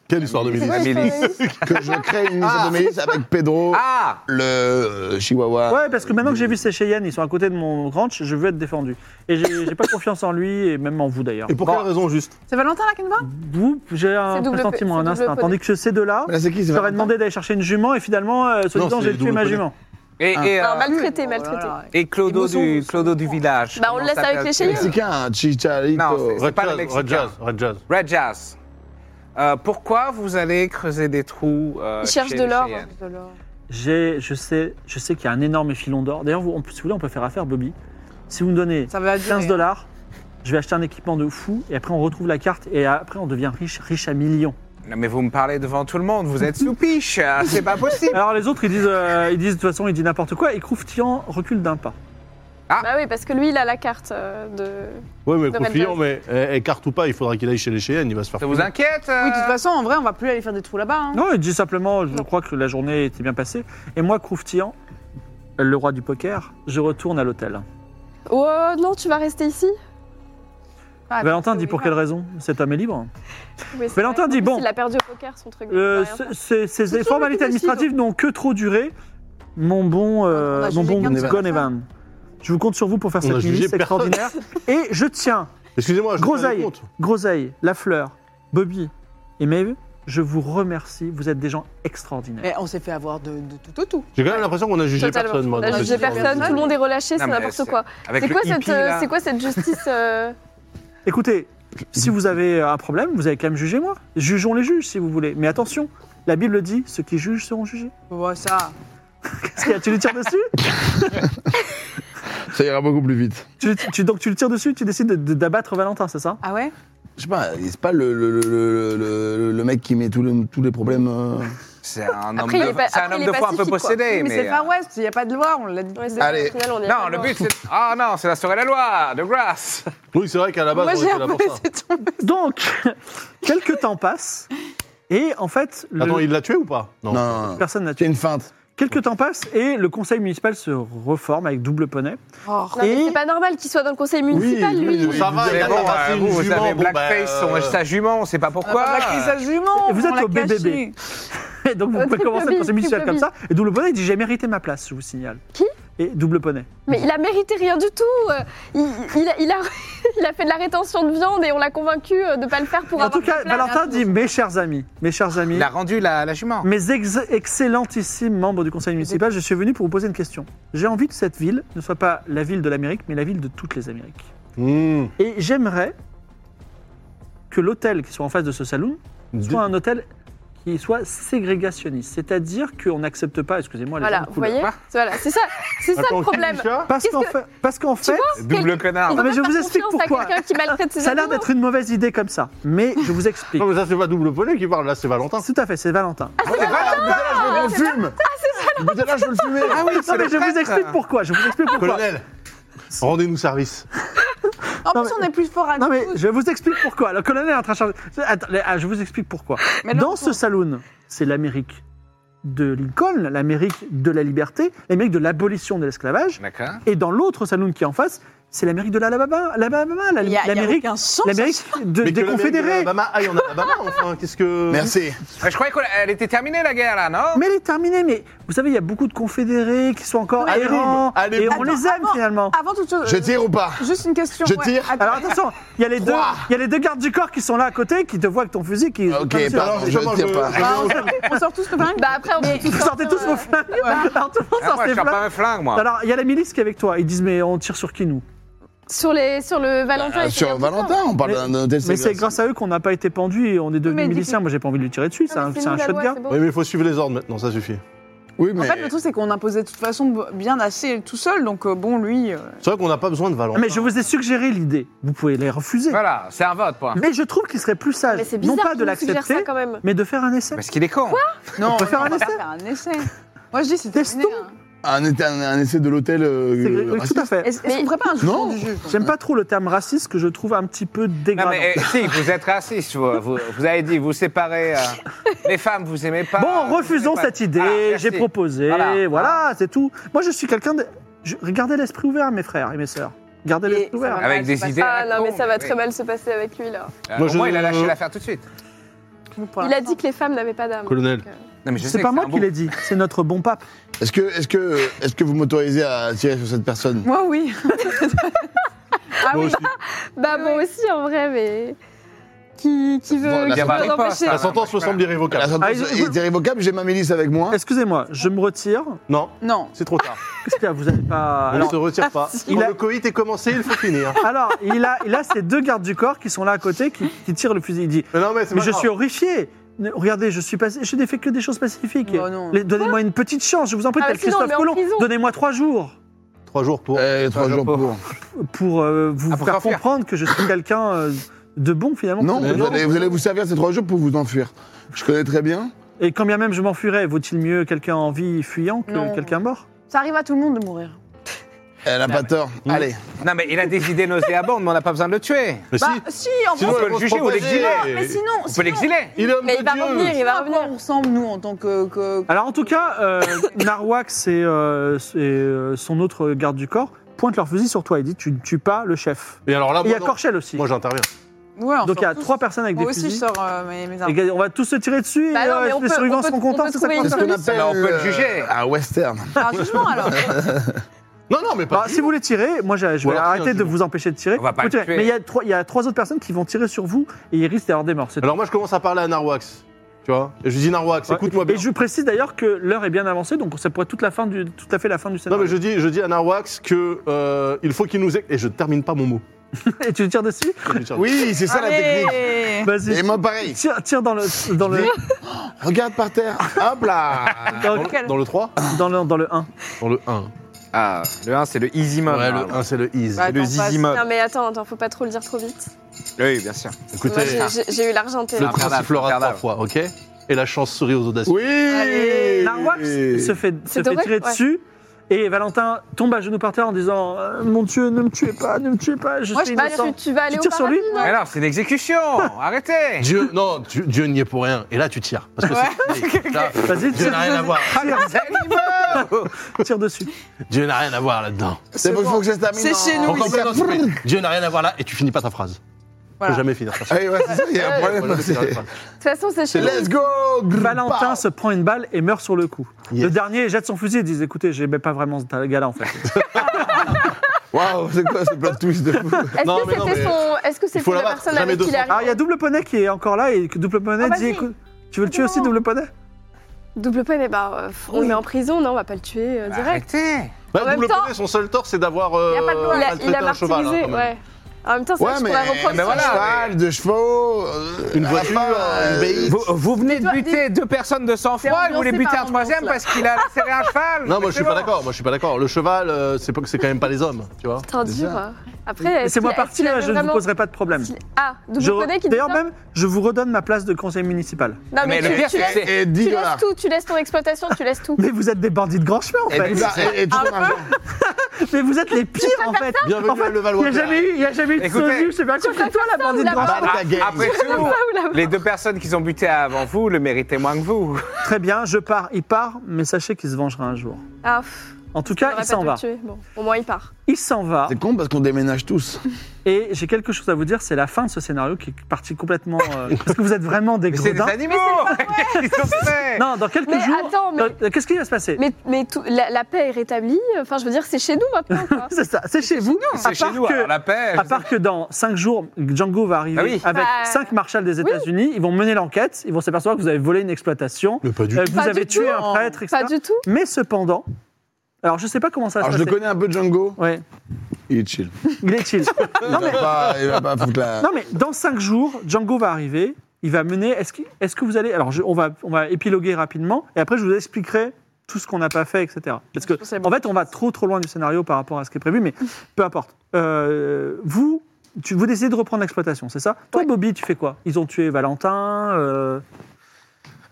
S3: Quelle histoire de milice
S4: La
S6: Ouais,
S4: milice.
S6: c'est vrai.
S5: *laughs* Que je crée une liste de milice avec
S3: Oh.
S5: Pedro,
S4: Ah
S5: le euh, Chihuahua.
S1: Ouais, parce que maintenant que j'ai vu ces Cheyennes, ils sont à côté de mon ranch, je veux être défendu. Et j'ai j'ai pas confiance en lui, et même en vous d'ailleurs.
S3: Et pour quelle raison juste
S2: C'est Valentin là qui nous parle
S1: Vous, j'ai un
S6: C'est double
S1: pressentiment,
S6: pe-
S1: un
S6: c'est double
S1: instinct.
S6: poney.
S1: Tandis que ces deux-là,
S5: Mais là, c'est qui
S1: je
S5: c'est
S1: leur ai
S5: Valentin
S1: demandé d'aller chercher une jument, et finalement, euh, soi-disant,
S3: Non,
S1: j'ai
S3: c'est
S1: tué ma
S3: double
S1: jument.
S4: Et,
S5: Ah.
S4: et, euh,
S6: Non, maltraité,
S2: Oh là
S6: maltraité.
S2: là.
S4: et Clodo,
S2: Ils nous
S4: du,
S2: ont-
S4: Clodo du village.
S6: Bah, on le
S4: Comment
S6: laisse avec
S4: s'appelle-
S6: les Cheyennes.
S5: Mexicain, hein, Chicharito.
S4: Non, c'est- c'est
S3: Red
S4: pas le
S3: Jazz, Red
S4: Mexicain.
S3: Jazz, Red Jazz.
S4: Red Jazz. Euh, pourquoi vous allez creuser des trous euh,
S6: Il cherche
S4: chez
S6: de
S4: les
S6: l'or.
S4: Cheyennes
S6: De l'or.
S1: J'ai, je sais, je sais qu'il y a un énorme filon d'or. D'ailleurs, vous, on- si vous voulez, on peut faire affaire, Bobby. Si vous me donnez
S2: Ça va durer,
S1: 15
S2: hein.
S1: dollars, je vais acheter un équipement de fou, et après on retrouve la carte, et après on devient riche, riche à millions.
S4: Non, mais vous me parlez devant tout le monde. Vous êtes sous piche.
S6: *laughs*
S4: hein, C'est pas possible.
S1: euh, Alors les autres, ils disent, euh, ils disent de toute façon, ils disent n'importe quoi, et Crouftian recule d'un pas.
S6: Bah oui, parce que lui, il a la carte euh, de.
S3: Ouais, mais
S6: De
S3: confiant,
S6: Mendes.
S3: mais eh, eh, carte ou pas, il faudra qu'il aille chez les Cheyennes, il va se faire.
S4: Ça vous
S3: fouiller.
S4: inquiète
S2: hein. Oui, de toute
S4: euh
S2: façon, en vrai, on va plus aller faire des trous là-bas. hein.
S1: Non, il dit simplement, je crois que la journée était bien passée. Et moi, croustillant, le roi du poker, je retourne à l'hôtel.
S6: Oh non, tu vas rester ici
S2: Ah,
S1: Valentin
S2: mais
S1: dit
S2: oui,
S1: pour quelle raison Cet homme est libre.
S6: Oui, c'est
S1: Valentin
S6: vrai.
S1: dit,
S6: En plus,
S1: bon.
S6: Il a perdu au poker son truc. donc
S1: Euh,
S2: Bah,
S6: il va
S1: ces-
S6: rien faire.
S1: ces ces
S6: toujours lui
S1: formalités
S6: qui décide.
S1: administratives n'ont que trop duré. Mon bon, euh,
S2: Ah, On a
S1: mon
S2: jugé
S1: bon
S2: qu'un seul
S1: Gonevan, je vous compte sur vous pour faire
S3: On a
S1: cette
S3: jugé
S1: milice
S3: personne. *laughs*
S1: extraordinaire. Et je tiens,
S3: Excusez-moi, je
S1: Groseille.
S3: vous compte.
S1: Groseille, La Fleur, Bobby et Maeve, je vous remercie. Vous êtes des gens extraordinaires.
S2: Mais on s'est fait avoir de, de tout au tout.
S3: J'ai quand même l'impression qu'on a jugé
S6: Totalement.
S3: personne, moi.
S6: On a
S3: dans
S6: jugé
S3: cette histoire.
S6: personne, tout le monde est relâché, c'est
S4: Non, mais
S6: n'importe
S4: c'est-
S6: quoi.
S4: Avec
S6: C'est
S4: le
S6: quoi, cette,
S4: hippie,
S6: euh,
S4: là.
S6: c'est quoi cette justice euh,
S2: Eh.
S1: Écoutez, si vous avez euh, un problème, vous avez quand même jugé moi. Jugeons les juges si vous voulez. Mais attention, la Bible dit ceux qui jugent seront jugés. *laughs*
S2: Ouais, ça.
S1: Qu'est-ce qu'il y a Tu lui tires dessus
S5: Ça ira beaucoup plus vite.
S1: tu, tu- Donc tu le tires dessus, tu décides de- de- d'abattre Valentin, c'est ça
S2: Ah ouais
S5: Je sais pas, c'est pas le, le, le- le, le, le mec qui met tous les- tous les problèmes. euh,
S4: C'est un homme
S6: Après, il est
S4: de,
S6: pas-
S4: c'est un
S6: après,
S4: homme
S6: il
S4: de
S6: est
S4: foi un peu
S6: pacifique, quoi.
S4: possédé.
S2: Mais, c'est
S4: Mais,
S2: le
S4: euh,
S2: Far West, il n'y a pas de loi, on l'a dit.
S6: ouais, c'est-
S5: Allez.
S6: au final, on y est
S4: non,
S6: pas
S4: le
S6: loin.
S4: but, c'est.
S6: *laughs*
S4: Ah non, c'est d'instaurer la loi, de grâce.
S3: Oui, c'est vrai qu'à la base,
S2: Moi,
S3: on
S2: j'ai
S3: était là
S2: un peu
S3: pour ça.
S2: laissé tomber.
S1: Donc, *laughs* quelques temps passent et en fait, le-
S3: Attends, il l'a tué ou pas
S5: Non, non, non.
S1: personne n'a
S5: C'est
S1: tué.
S5: une feinte.
S1: Quelques temps passent et le conseil municipal se reforme avec double poney. *laughs*
S2: Oh,
S6: Non, mais
S1: Et-
S6: c'est pas normal qu'il soit dans le conseil municipal, lui.
S3: Ça va, il
S4: Mais
S3: a
S4: bon,
S3: tabassé
S4: euh,
S3: une
S4: vous, vous
S3: jument,
S4: avez
S3: bon,
S4: Blackface,
S3: bah, euh,
S4: on- sa jument, on sait pas pourquoi.
S2: la crise à jument
S1: Et vous
S2: on
S1: êtes
S2: l'a
S1: au BBB.
S2: caché.
S1: Et donc, vous
S6: Oh,
S1: pouvez
S6: double
S1: commencer le
S6: bise,
S1: conseil municipal
S6: double
S1: comme
S6: bise.
S1: ça. Et double poney, il dit J'ai mérité ma place, je vous signale.
S6: Qui
S1: Et double poney.
S6: Mais il a mérité rien du tout. euh, Il, il a, *laughs* il, a, il a fait de la rétention de viande et on l'a convaincu euh, de pas le faire pour
S1: En
S6: avoir
S1: tout cas,
S6: des plaintes.
S1: Valentin dit Mes chers amis, mes chers amis,
S4: Il a rendu la, la jument.
S1: mes ex- excellentissimes membres du conseil municipal, je suis venu pour vous poser une question. J'ai envie que cette ville ne soit pas la ville de l'Amérique, mais la ville de toutes les Amériques.
S3: hmm,
S1: Et j'aimerais que l'hôtel qui soit en face de ce saloon soit un hôtel qui soit ségrégationniste. C'est-à-dire qu'on n'accepte pas, excusez-moi, les gens
S6: Voilà,
S1: de
S6: vous
S1: couleur.
S6: voyez Voilà, c'est ça, c'est ça
S3: Attends,
S6: le
S3: qui dit
S6: problème.
S3: ça
S1: Parce
S6: Qu'est-ce
S1: qu'en
S6: que-
S1: fait, parce qu'en fait
S4: Double connard.
S6: Il peut
S1: mais
S6: pas
S1: je vous
S6: faire
S1: explique
S6: confiance à
S1: pourquoi.
S6: quelqu'un qui maltraite ses
S1: ça a l'air
S6: animaux.
S1: d'être une mauvaise idée comme ça. Mais je vous explique.
S3: Non, mais ça, c'est pas double poney qui parle, là, c'est Valentin.
S1: Tout à fait, c'est Valentin.
S5: Ah, c'est là, je veux qu'on le fume Ah, c'est là,
S3: oh,
S5: je veux le fumer
S4: Ah oui,
S1: Non,
S4: c'est
S1: mais
S4: le
S1: je vous
S4: prêtre.
S1: explique pourquoi. Je vous explique pourquoi.
S3: Colonel, rendez-nous service.
S2: En
S1: Non,
S2: plus,
S1: mais-
S2: on est plus fort à
S1: Non, mais
S2: nous.
S1: je vous explique pourquoi. Le colonel est en train de charger. Attends, ah, je vous explique pourquoi.
S2: Mais non,
S1: Dans ce saloon, c'est l'Amérique de Lincoln, l'Amérique de la liberté, l'Amérique de l'abolition de l'esclavage.
S4: D'accord.
S1: Et dans l'autre saloon qui est en face, c'est l'Amérique de l'Alabama, l'Alabama,
S2: il y a- il y a
S1: l'Amérique
S2: aucun sens.
S1: l'Amérique de-
S3: Mais que
S1: des
S3: le mec de
S1: confédérés.
S3: l'Alabama aille en Alabama, enfin, qu'est-ce que.
S5: Merci.
S4: Mais je croyais qu'elle était terminée, la guerre, là, non
S1: Mais elle est terminée, mais vous savez, il y a beaucoup de confédérés qui sont encore
S3: Allez,
S1: errants,
S3: allez,
S1: et on
S2: Attends,
S1: les aime
S2: avant-
S1: finalement.
S2: Avant toute chose,
S5: Je
S2: euh,
S5: tire ou pas
S2: juste une question.
S5: Je
S2: ouais.
S5: tire.
S2: Attends,
S1: Alors attention, il y, a les deux,
S5: Trois.
S1: il y a les deux gardes du corps qui sont là à côté, qui te voient avec ton fusil, qui...
S5: Ok,
S1: Comme si-
S5: pardon, je
S3: justement,
S5: tire
S3: je-
S5: pas.
S2: bah, on sort- on sort tous le flingue.
S6: Bah après, on
S1: Vous sortez tous vos flingues.
S2: Bah,
S1: Alors tout le monde
S4: Ah,
S1: sort
S4: Moi,
S1: ses
S4: je sors pas
S1: flingues.
S4: un flingue, moi.
S1: Alors il y a la milice qui est avec toi. Ils disent mais on tire sur qui nous
S6: euh, Sur, les, sur le Valentin.
S5: Euh,
S6: il fait
S5: Sur
S6: rien pour ça.
S5: Valentin, on parle
S1: Mais-
S5: d'un hôtel
S1: Mais c'est grâce à eux qu'on n'a pas été pendus et on est devenus
S6: Mais dis-
S1: miliciens. Moi j'ai pas envie de lui tirer dessus. C'est
S2: Ah,
S6: Non,
S1: un,
S6: mais
S1: c'est un
S6: nous, la loi,
S1: shotgun.
S6: c'est bon.
S3: Oui, mais il faut suivre les ordres maintenant, ça suffit.
S5: Oui,
S2: En
S5: mais.
S2: fait, le truc, c'est qu'on imposait de toute façon bien assez tout seul, donc euh, bon, lui. euh,
S3: C'est vrai qu'on n'a pas besoin de Valentin.
S1: Ah, Mais je vous ai suggéré l'idée. Vous pouvez les refuser.
S4: Voilà, c'est un vote, point.
S1: Mais je trouve qu'il serait plus sage,
S6: Mais c'est
S1: non
S6: bizarre
S1: pas de
S6: qu'il nous suggère ça
S1: l'accepter,
S6: quand même.
S1: mais de faire un essai.
S4: Parce qu'il est con.
S2: Non,
S1: peut faire
S2: on
S1: un
S2: va pas
S1: essai.
S2: faire un essai. Moi, je dis, c'est
S1: Testons.
S2: terminé. hein.
S5: Un, été- un- un essai de l'hôtel. euh,
S1: C'est-
S5: euh,
S1: oui,
S5: raciste.
S1: tout à fait.
S2: Est-ce est-ce qu'on ferait pas un jugement
S5: Non.
S2: du juge
S1: J'aime pas trop le terme raciste que je trouve un petit peu
S4: Non,
S1: dégradant.
S4: mais eh, si, vous êtes raciste. Vous, vous, vous avez dit, vous séparez. euh,
S1: *laughs*
S4: les femmes, vous aimez pas.
S1: Bon,
S4: vous
S1: refusons
S4: aimez pas.
S1: cette idée.
S4: Ah, merci.
S1: J'ai proposé. Voilà,
S4: Voilà. Ah.
S1: c'est tout. Moi, je suis quelqu'un de. je- Gardez l'esprit ouvert, mes frères et mes sœurs. Gardez
S2: Et
S1: l'esprit
S2: ça
S1: ouvert.
S2: va.
S4: Avec des
S2: Ah,
S4: idées.
S6: Ah
S4: à la
S6: non, mais
S4: con,
S6: ça va
S4: oui.
S6: très mal se passer avec lui là.
S4: Euh,
S3: Moi,
S4: au
S3: je-
S4: moins, il a lâché l'affaire tout de suite.
S6: Il a dit que les femmes n'avaient pas d'âme.
S3: Colonel.
S4: Non, mais je Ah, sais
S1: C'est
S4: que
S1: pas moi
S4: un
S1: qui
S4: bon-
S1: l'ai dit, c'est notre bon *laughs* pape.
S5: Est-ce que, est que, est que vous m'autorisez à tirer sur cette personne
S2: Moi, oui.
S6: Ah
S3: Moi
S6: oui,
S3: aussi.
S6: bah bon aussi en vrai, mais. Qui, qui veut,
S5: Bon, la
S6: qui veut
S4: sentence-
S6: nous empêcher
S4: Ah,
S3: La
S4: non,
S3: sentence
S4: moi,
S3: me
S4: je-
S3: semble
S5: La
S3: irrévocable.
S5: sentence
S1: Ah, ils-
S5: est irrévocable, j'ai ma milice avec moi.
S1: Excusez-moi, je me retire.
S3: Non,
S2: Non.
S3: c'est trop tard.
S1: Qu'est-ce qu'il y a Vous n'avez pas.
S3: On ne
S1: Alors,
S3: se retire pas.
S1: Il
S3: Quand
S1: a-
S3: le coït est commencé, il faut finir.
S1: alors, il, a, il a ces deux gardes du corps qui sont là à côté, qui, qui tirent le fusil. Il dit
S3: Mais non, mais c'est
S1: Mais
S3: pas
S1: je
S3: grave.
S1: suis horrifié. Ne- Regardez, je suis passé, je n'ai fait que des choses pacifiques.
S2: Oh non.
S1: Les- Donnez-moi une petite chance, je vous en prie,
S6: Ah,
S1: tel
S6: mais sinon, on le
S1: Christophe
S6: met en
S1: Colomb.
S6: prison.
S1: Donnez-moi trois jours
S3: Trois jours pour.
S5: Euh, trois
S4: Trois
S5: jours
S4: jours
S5: pour.
S1: pour euh, vous
S4: Ah, pour
S1: faire
S4: s'enfuir.
S1: comprendre que je suis quelqu'un euh, de bon finalement. Euh,
S5: Non,
S1: De
S5: vous
S1: bon.
S5: allez, vous allez vous servir ces trois jours pour vous enfuir. Je connais très bien.
S1: Et quand bien même je m'enfuirais, vaut-il mieux quelqu'un en vie fuyant que
S2: Non.
S1: quelqu'un mort
S2: Ça arrive à tout le monde de mourir.
S5: Elle a pas tort.
S4: Mmh.
S5: Allez.
S4: Non, mais il a des idées nauséabondes, mais on n'a pas besoin de le tuer.
S3: Mais
S2: Bah,
S3: si
S2: si, en
S3: Sinon,
S4: on
S2: vrai,
S4: peut
S3: elle
S4: le
S3: va se
S4: juger ou
S3: propager.
S4: l'exiler.
S3: Et-
S2: mais sinon,
S6: Ah,
S4: On peut
S2: sinon-
S4: l'exiler.
S3: Il est homme
S6: Mais
S3: de
S6: il va
S3: Dieu.
S6: revenir, il va
S2: à quoi
S6: revenir.
S2: on ressemble, nous, en tant que. que-
S1: Alors en tout cas,
S6: *laughs*
S1: euh, Narwax et, euh, et, euh, son autre garde du corps pointent leur fusil sur toi et disent tu ne tues pas le chef.
S3: Et
S5: Ah,
S3: alors là,
S1: Et il y a
S3: moi, non.
S1: Corchel aussi.
S3: moi j'interviens.
S2: Ouais, on
S1: Donc il y a
S2: sort tous.
S1: trois personnes avec
S2: Moi
S1: des
S2: aussi, je
S1: fusils.
S2: sors euh, mes, mes
S1: Et
S2: armes.
S1: gars, on va tous se tirer dessus
S6: Bah
S1: et
S6: non, mais
S1: euh,
S6: on
S1: les
S6: peut-
S1: survivants
S6: on peut-
S1: seront
S6: on
S1: contents,
S6: peut
S1: c'est ça
S6: trouver
S1: qu'on
S6: une
S5: C'est ce qu'on appelle.
S4: Bah, on peut le
S5: euh,
S4: juger.
S5: Un western.
S2: Ah, jugement alors
S3: Non, non, mais
S1: Bah,
S3: pas.
S1: si vous voulez tirer, moi j'ai- je
S3: Ou
S1: vais
S3: alors,
S1: arrêter
S3: tiens,
S1: de
S3: tu-
S1: vous empêcher de tirer.
S4: On va pas
S1: Vous
S4: le
S1: tirez.
S4: tuer.
S1: Mais il y, a trois- il y a trois autres personnes qui vont tirer sur vous et il risque d'avoir des morts. c'est tout.
S3: Alors moi je commence à parler à Narwax. Tu vois Et je lui dis Narwax,
S1: Ouais.
S3: écoute-moi bien.
S1: Et je vous précise d'ailleurs que l'heure est bien avancée, donc ça pourrait être toute la fin du, tout à fait la fin du
S3: Non
S1: scénario.
S3: mais je dis, je dis à Narwax que euh, il faut qu'il nous aide. Et je termine pas mon mot.
S1: *laughs* Et tu tires
S6: *laughs*
S1: dessus
S5: Oui, c'est ça
S3: Ah,
S5: la technique.
S2: Allez
S5: Et
S1: Vas-y.
S5: moi pareil.
S1: Tire, tire dans le dans le
S5: Regarde par terre. Hop
S6: *laughs*
S5: là.
S1: dans,
S2: Lequel
S3: Dans le 3
S1: dans le dans le 1.
S3: Dans le 1.
S4: Ah, le 1, c'est le easy
S6: Ah,
S4: mode.
S3: Ouais, le
S4: pardon.
S3: 1 c'est le ease.
S2: Bah,
S4: le
S2: attends,
S4: zizi
S2: passe.
S4: mode.
S6: Non mais attends, attends, faut pas trop le dire trop vite.
S4: Oui, bien sûr.
S6: Moi,
S3: Écoutez,
S6: j'ai- j'ai- j'ai eu l'argenté.
S3: le
S4: Ah,
S3: train
S4: pardon,
S3: sifflera
S4: pardon.
S3: trois fois, ok Et la chance sourit aux audacieux.
S5: Oui.
S2: Allez.
S1: Narwax se fait, se
S6: C'est
S1: fait
S6: Doré
S1: tirer
S6: Ouais.
S1: dessus. Et Valentin tombe à genoux par terre en disant euh, Mon Dieu, ne me tuez pas, ne me tuez pas, je
S2: Moi,
S1: suis
S2: je- bah,
S6: Bah, tu,
S1: innocent.
S6: tu vas aller
S1: Tu
S6: au
S1: tires sur lui
S6: paradis, non
S4: Mais alors, c'est une
S6: *laughs*
S4: exécution Arrêtez
S3: Dieu, non, Dieu, Dieu n'y est pour rien. Et là, tu tires. Parce que
S6: *laughs*
S3: c'est. Là,
S1: Vas-y,
S3: Dieu
S1: tire,
S3: n'a rien à voir.
S1: tire dessus.
S3: Dieu n'a rien à voir là-dedans.
S5: C'est bon, il faut que ça se termine.
S2: C'est
S5: en-
S2: chez nous,
S5: en
S2: ici.
S5: campagne,
S3: hein. Encore
S5: en campagne.
S3: plus, non, Dieu n'a rien à voir là. Et tu finis pas ta phrase.
S2: Voilà.
S3: Faut jamais finir ta phrase.
S5: Ah oui, ouais, c'est ça, il y a un problème.
S3: Faut jamais finir ta
S6: *laughs*
S3: phrase.
S6: De toute façon, c'est
S5: C'est
S6: chez
S5: let's go.
S1: Valentin
S5: Pow.
S1: se prend une balle et meurt sur le coup.
S3: Yes.
S1: Le dernier jette son fusil et dit Écoutez, j'aimais pas vraiment ce gars-là en fait.
S5: Waouh, c'est quoi ce plot twist de fou
S6: Est-ce
S3: Non,
S6: que
S3: mais non,
S6: c'était
S3: mais-
S6: son. Est-ce que
S3: Il faut
S6: c'était la
S3: l'abattre,
S6: personne
S3: jamais
S6: avec qui il est
S3: 200.
S6: arrivé
S1: Alors Ah, il y a Double Poney qui est encore là et que Double Poney
S6: Oh,
S1: dit
S6: vas-y.
S1: Écoute, tu veux le tuer
S6: Non. Euh,
S1: aussi, Double Poney
S6: Double peine, eh ben, euh, on le met en prison, non, on va pas le tuer euh, direct.
S4: Arrêtez
S3: Bah,
S6: En même
S3: double
S6: temps-
S3: poney, son seul tort, c'est d'avoir euh,
S6: Il a pas de loi. Il a,
S3: maltraité
S6: il a
S3: un cheval. hein,
S6: martyrisé,
S3: quand même.
S6: ouais. En même temps, c'est
S5: Ouais,
S6: vrai que je
S5: mais,
S6: pourrais reprendre
S4: Ah, mais
S6: son
S4: voilà.
S5: cheval, deux chevaux,
S3: Une voiture,
S6: Ah, euh,
S5: une BX.
S4: Vous, vous venez de
S6: Dis-toi,
S4: buter deux personnes de
S2: C'est
S4: sang-froid et vous voulez
S2: ambiancé
S4: buter
S2: par
S4: un troisième
S2: ambiance,
S4: parce qu'il a serré un cheval
S3: Non, moi je suis pas
S4: Exactement.
S3: d'accord. Moi je suis pas d'accord. Le cheval, euh, c'est pas- c'est quand même pas les hommes, tu vois.
S6: cheval. dur. hein. Après, est-ce
S1: C'est moi
S6: qu'il- est-ce
S1: parti,
S6: qu'il
S1: là,
S6: avait
S1: je ne vous
S6: vraiment-
S1: poserai pas de problème.
S6: est-ce qu'il- Ah, double
S1: Je-
S6: peine qui dit
S1: D'ailleurs,
S6: ça
S1: même, je vous redonne ma place de conseil
S6: *laughs*
S1: municipal.
S6: Non,
S4: Mais
S6: mais,
S4: le
S6: tu,
S4: pire,
S6: tu
S4: c'est que
S6: laisses,
S4: c'est-
S5: Et 10
S6: tu laisses
S5: dollars.
S6: tout, tu laisses ton exploitation, tu laisses tout.
S1: Mais
S6: *laughs*
S1: vous êtes des bandits de grand chemin en
S5: Et
S1: fait.
S5: tout
S6: Ah,
S5: ça, et- et tout ton argent.
S1: Mais vous êtes les pires en fait.
S3: Bienvenue
S1: En fait,
S3: à Levallois.
S1: Il n'y a jamais eu, il y a jamais eu de
S4: Écoutez,
S1: sosie, c'est bien sûr que toi la bandit de
S6: la
S1: grand
S6: bande.
S1: chemin.
S5: Pas ta game.
S4: Après tout,
S6: *laughs* Ah, ou là-bas.
S4: les deux personnes qu'ils ont buté avant vous le méritaient moins que vous.
S1: Très bien, je pars, il part, mais sachez qu'il se vengera un jour.
S6: Ah, pff,
S1: En tout
S6: on
S1: cas,
S6: aurait
S1: il
S6: pas
S1: s'en
S6: dû
S1: va.
S6: le tuer. Bon, au moins il part.
S1: Il s'en va.
S5: C'est con parce qu'on déménage tous.
S1: Et j'ai quelque chose à vous dire, c'est la fin de ce scénario qui est parti complètement. euh, parce que vous êtes vraiment des
S4: Mais c'est des
S1: gredins.
S4: animaux Qu'est-ce *laughs* qu'ils ont fait
S1: Non, dans quelques
S6: Mais
S1: jours.
S6: attends, mais-
S1: dans- euh, Qu'est-ce qui va se passer
S6: Mais, mais tout- la, la paix est rétablie. Enfin, je veux dire, c'est chez nous maintenant.
S1: *laughs*
S6: Quoi.
S1: C'est ça, c'est chez vous. à
S4: C'est chez
S1: part
S4: nous,
S1: que-
S4: alors la paix.
S1: À part que dans 5 jours, Django va arriver
S4: Ah oui.
S1: avec
S6: Bah,
S1: 5 marshals des États-Unis. Ils vont mener l'enquête. Ils vont s'apercevoir que vous avez volé une exploitation,
S3: Mais pas du
S1: euh,
S3: tout.
S1: que vous
S6: Pas du
S1: avez tué
S6: tout.
S1: un prêtre, etc.
S6: Pas du tout.
S1: Mais cependant, alors je sais pas comment ça va
S5: Alors, je
S1: se
S5: le
S1: passer.
S5: connais un peu, Django.
S1: Ouais,
S5: Il est chill.
S1: il est chill.
S5: Il va pas- il va pas foutre la.
S4: Ah.
S1: non mais dans 5 jours, Django va arriver. Il va mener. Est-ce que, est-ce que vous allez Alors je- on va on va épiloguer rapidement et après je vous expliquerai tout ce qu'on n'a pas fait, etc. Parce que
S2: Je pense que c'est
S1: en
S2: bon.
S1: fait on va trop trop loin du scénario par rapport à ce qui est prévu,
S2: *laughs*
S1: mais peu importe. Euh, vous. Tu, vous décidez de reprendre l'exploitation, c'est ça Toi, Bobby, tu fais quoi Ils ont tué Valentin. euh,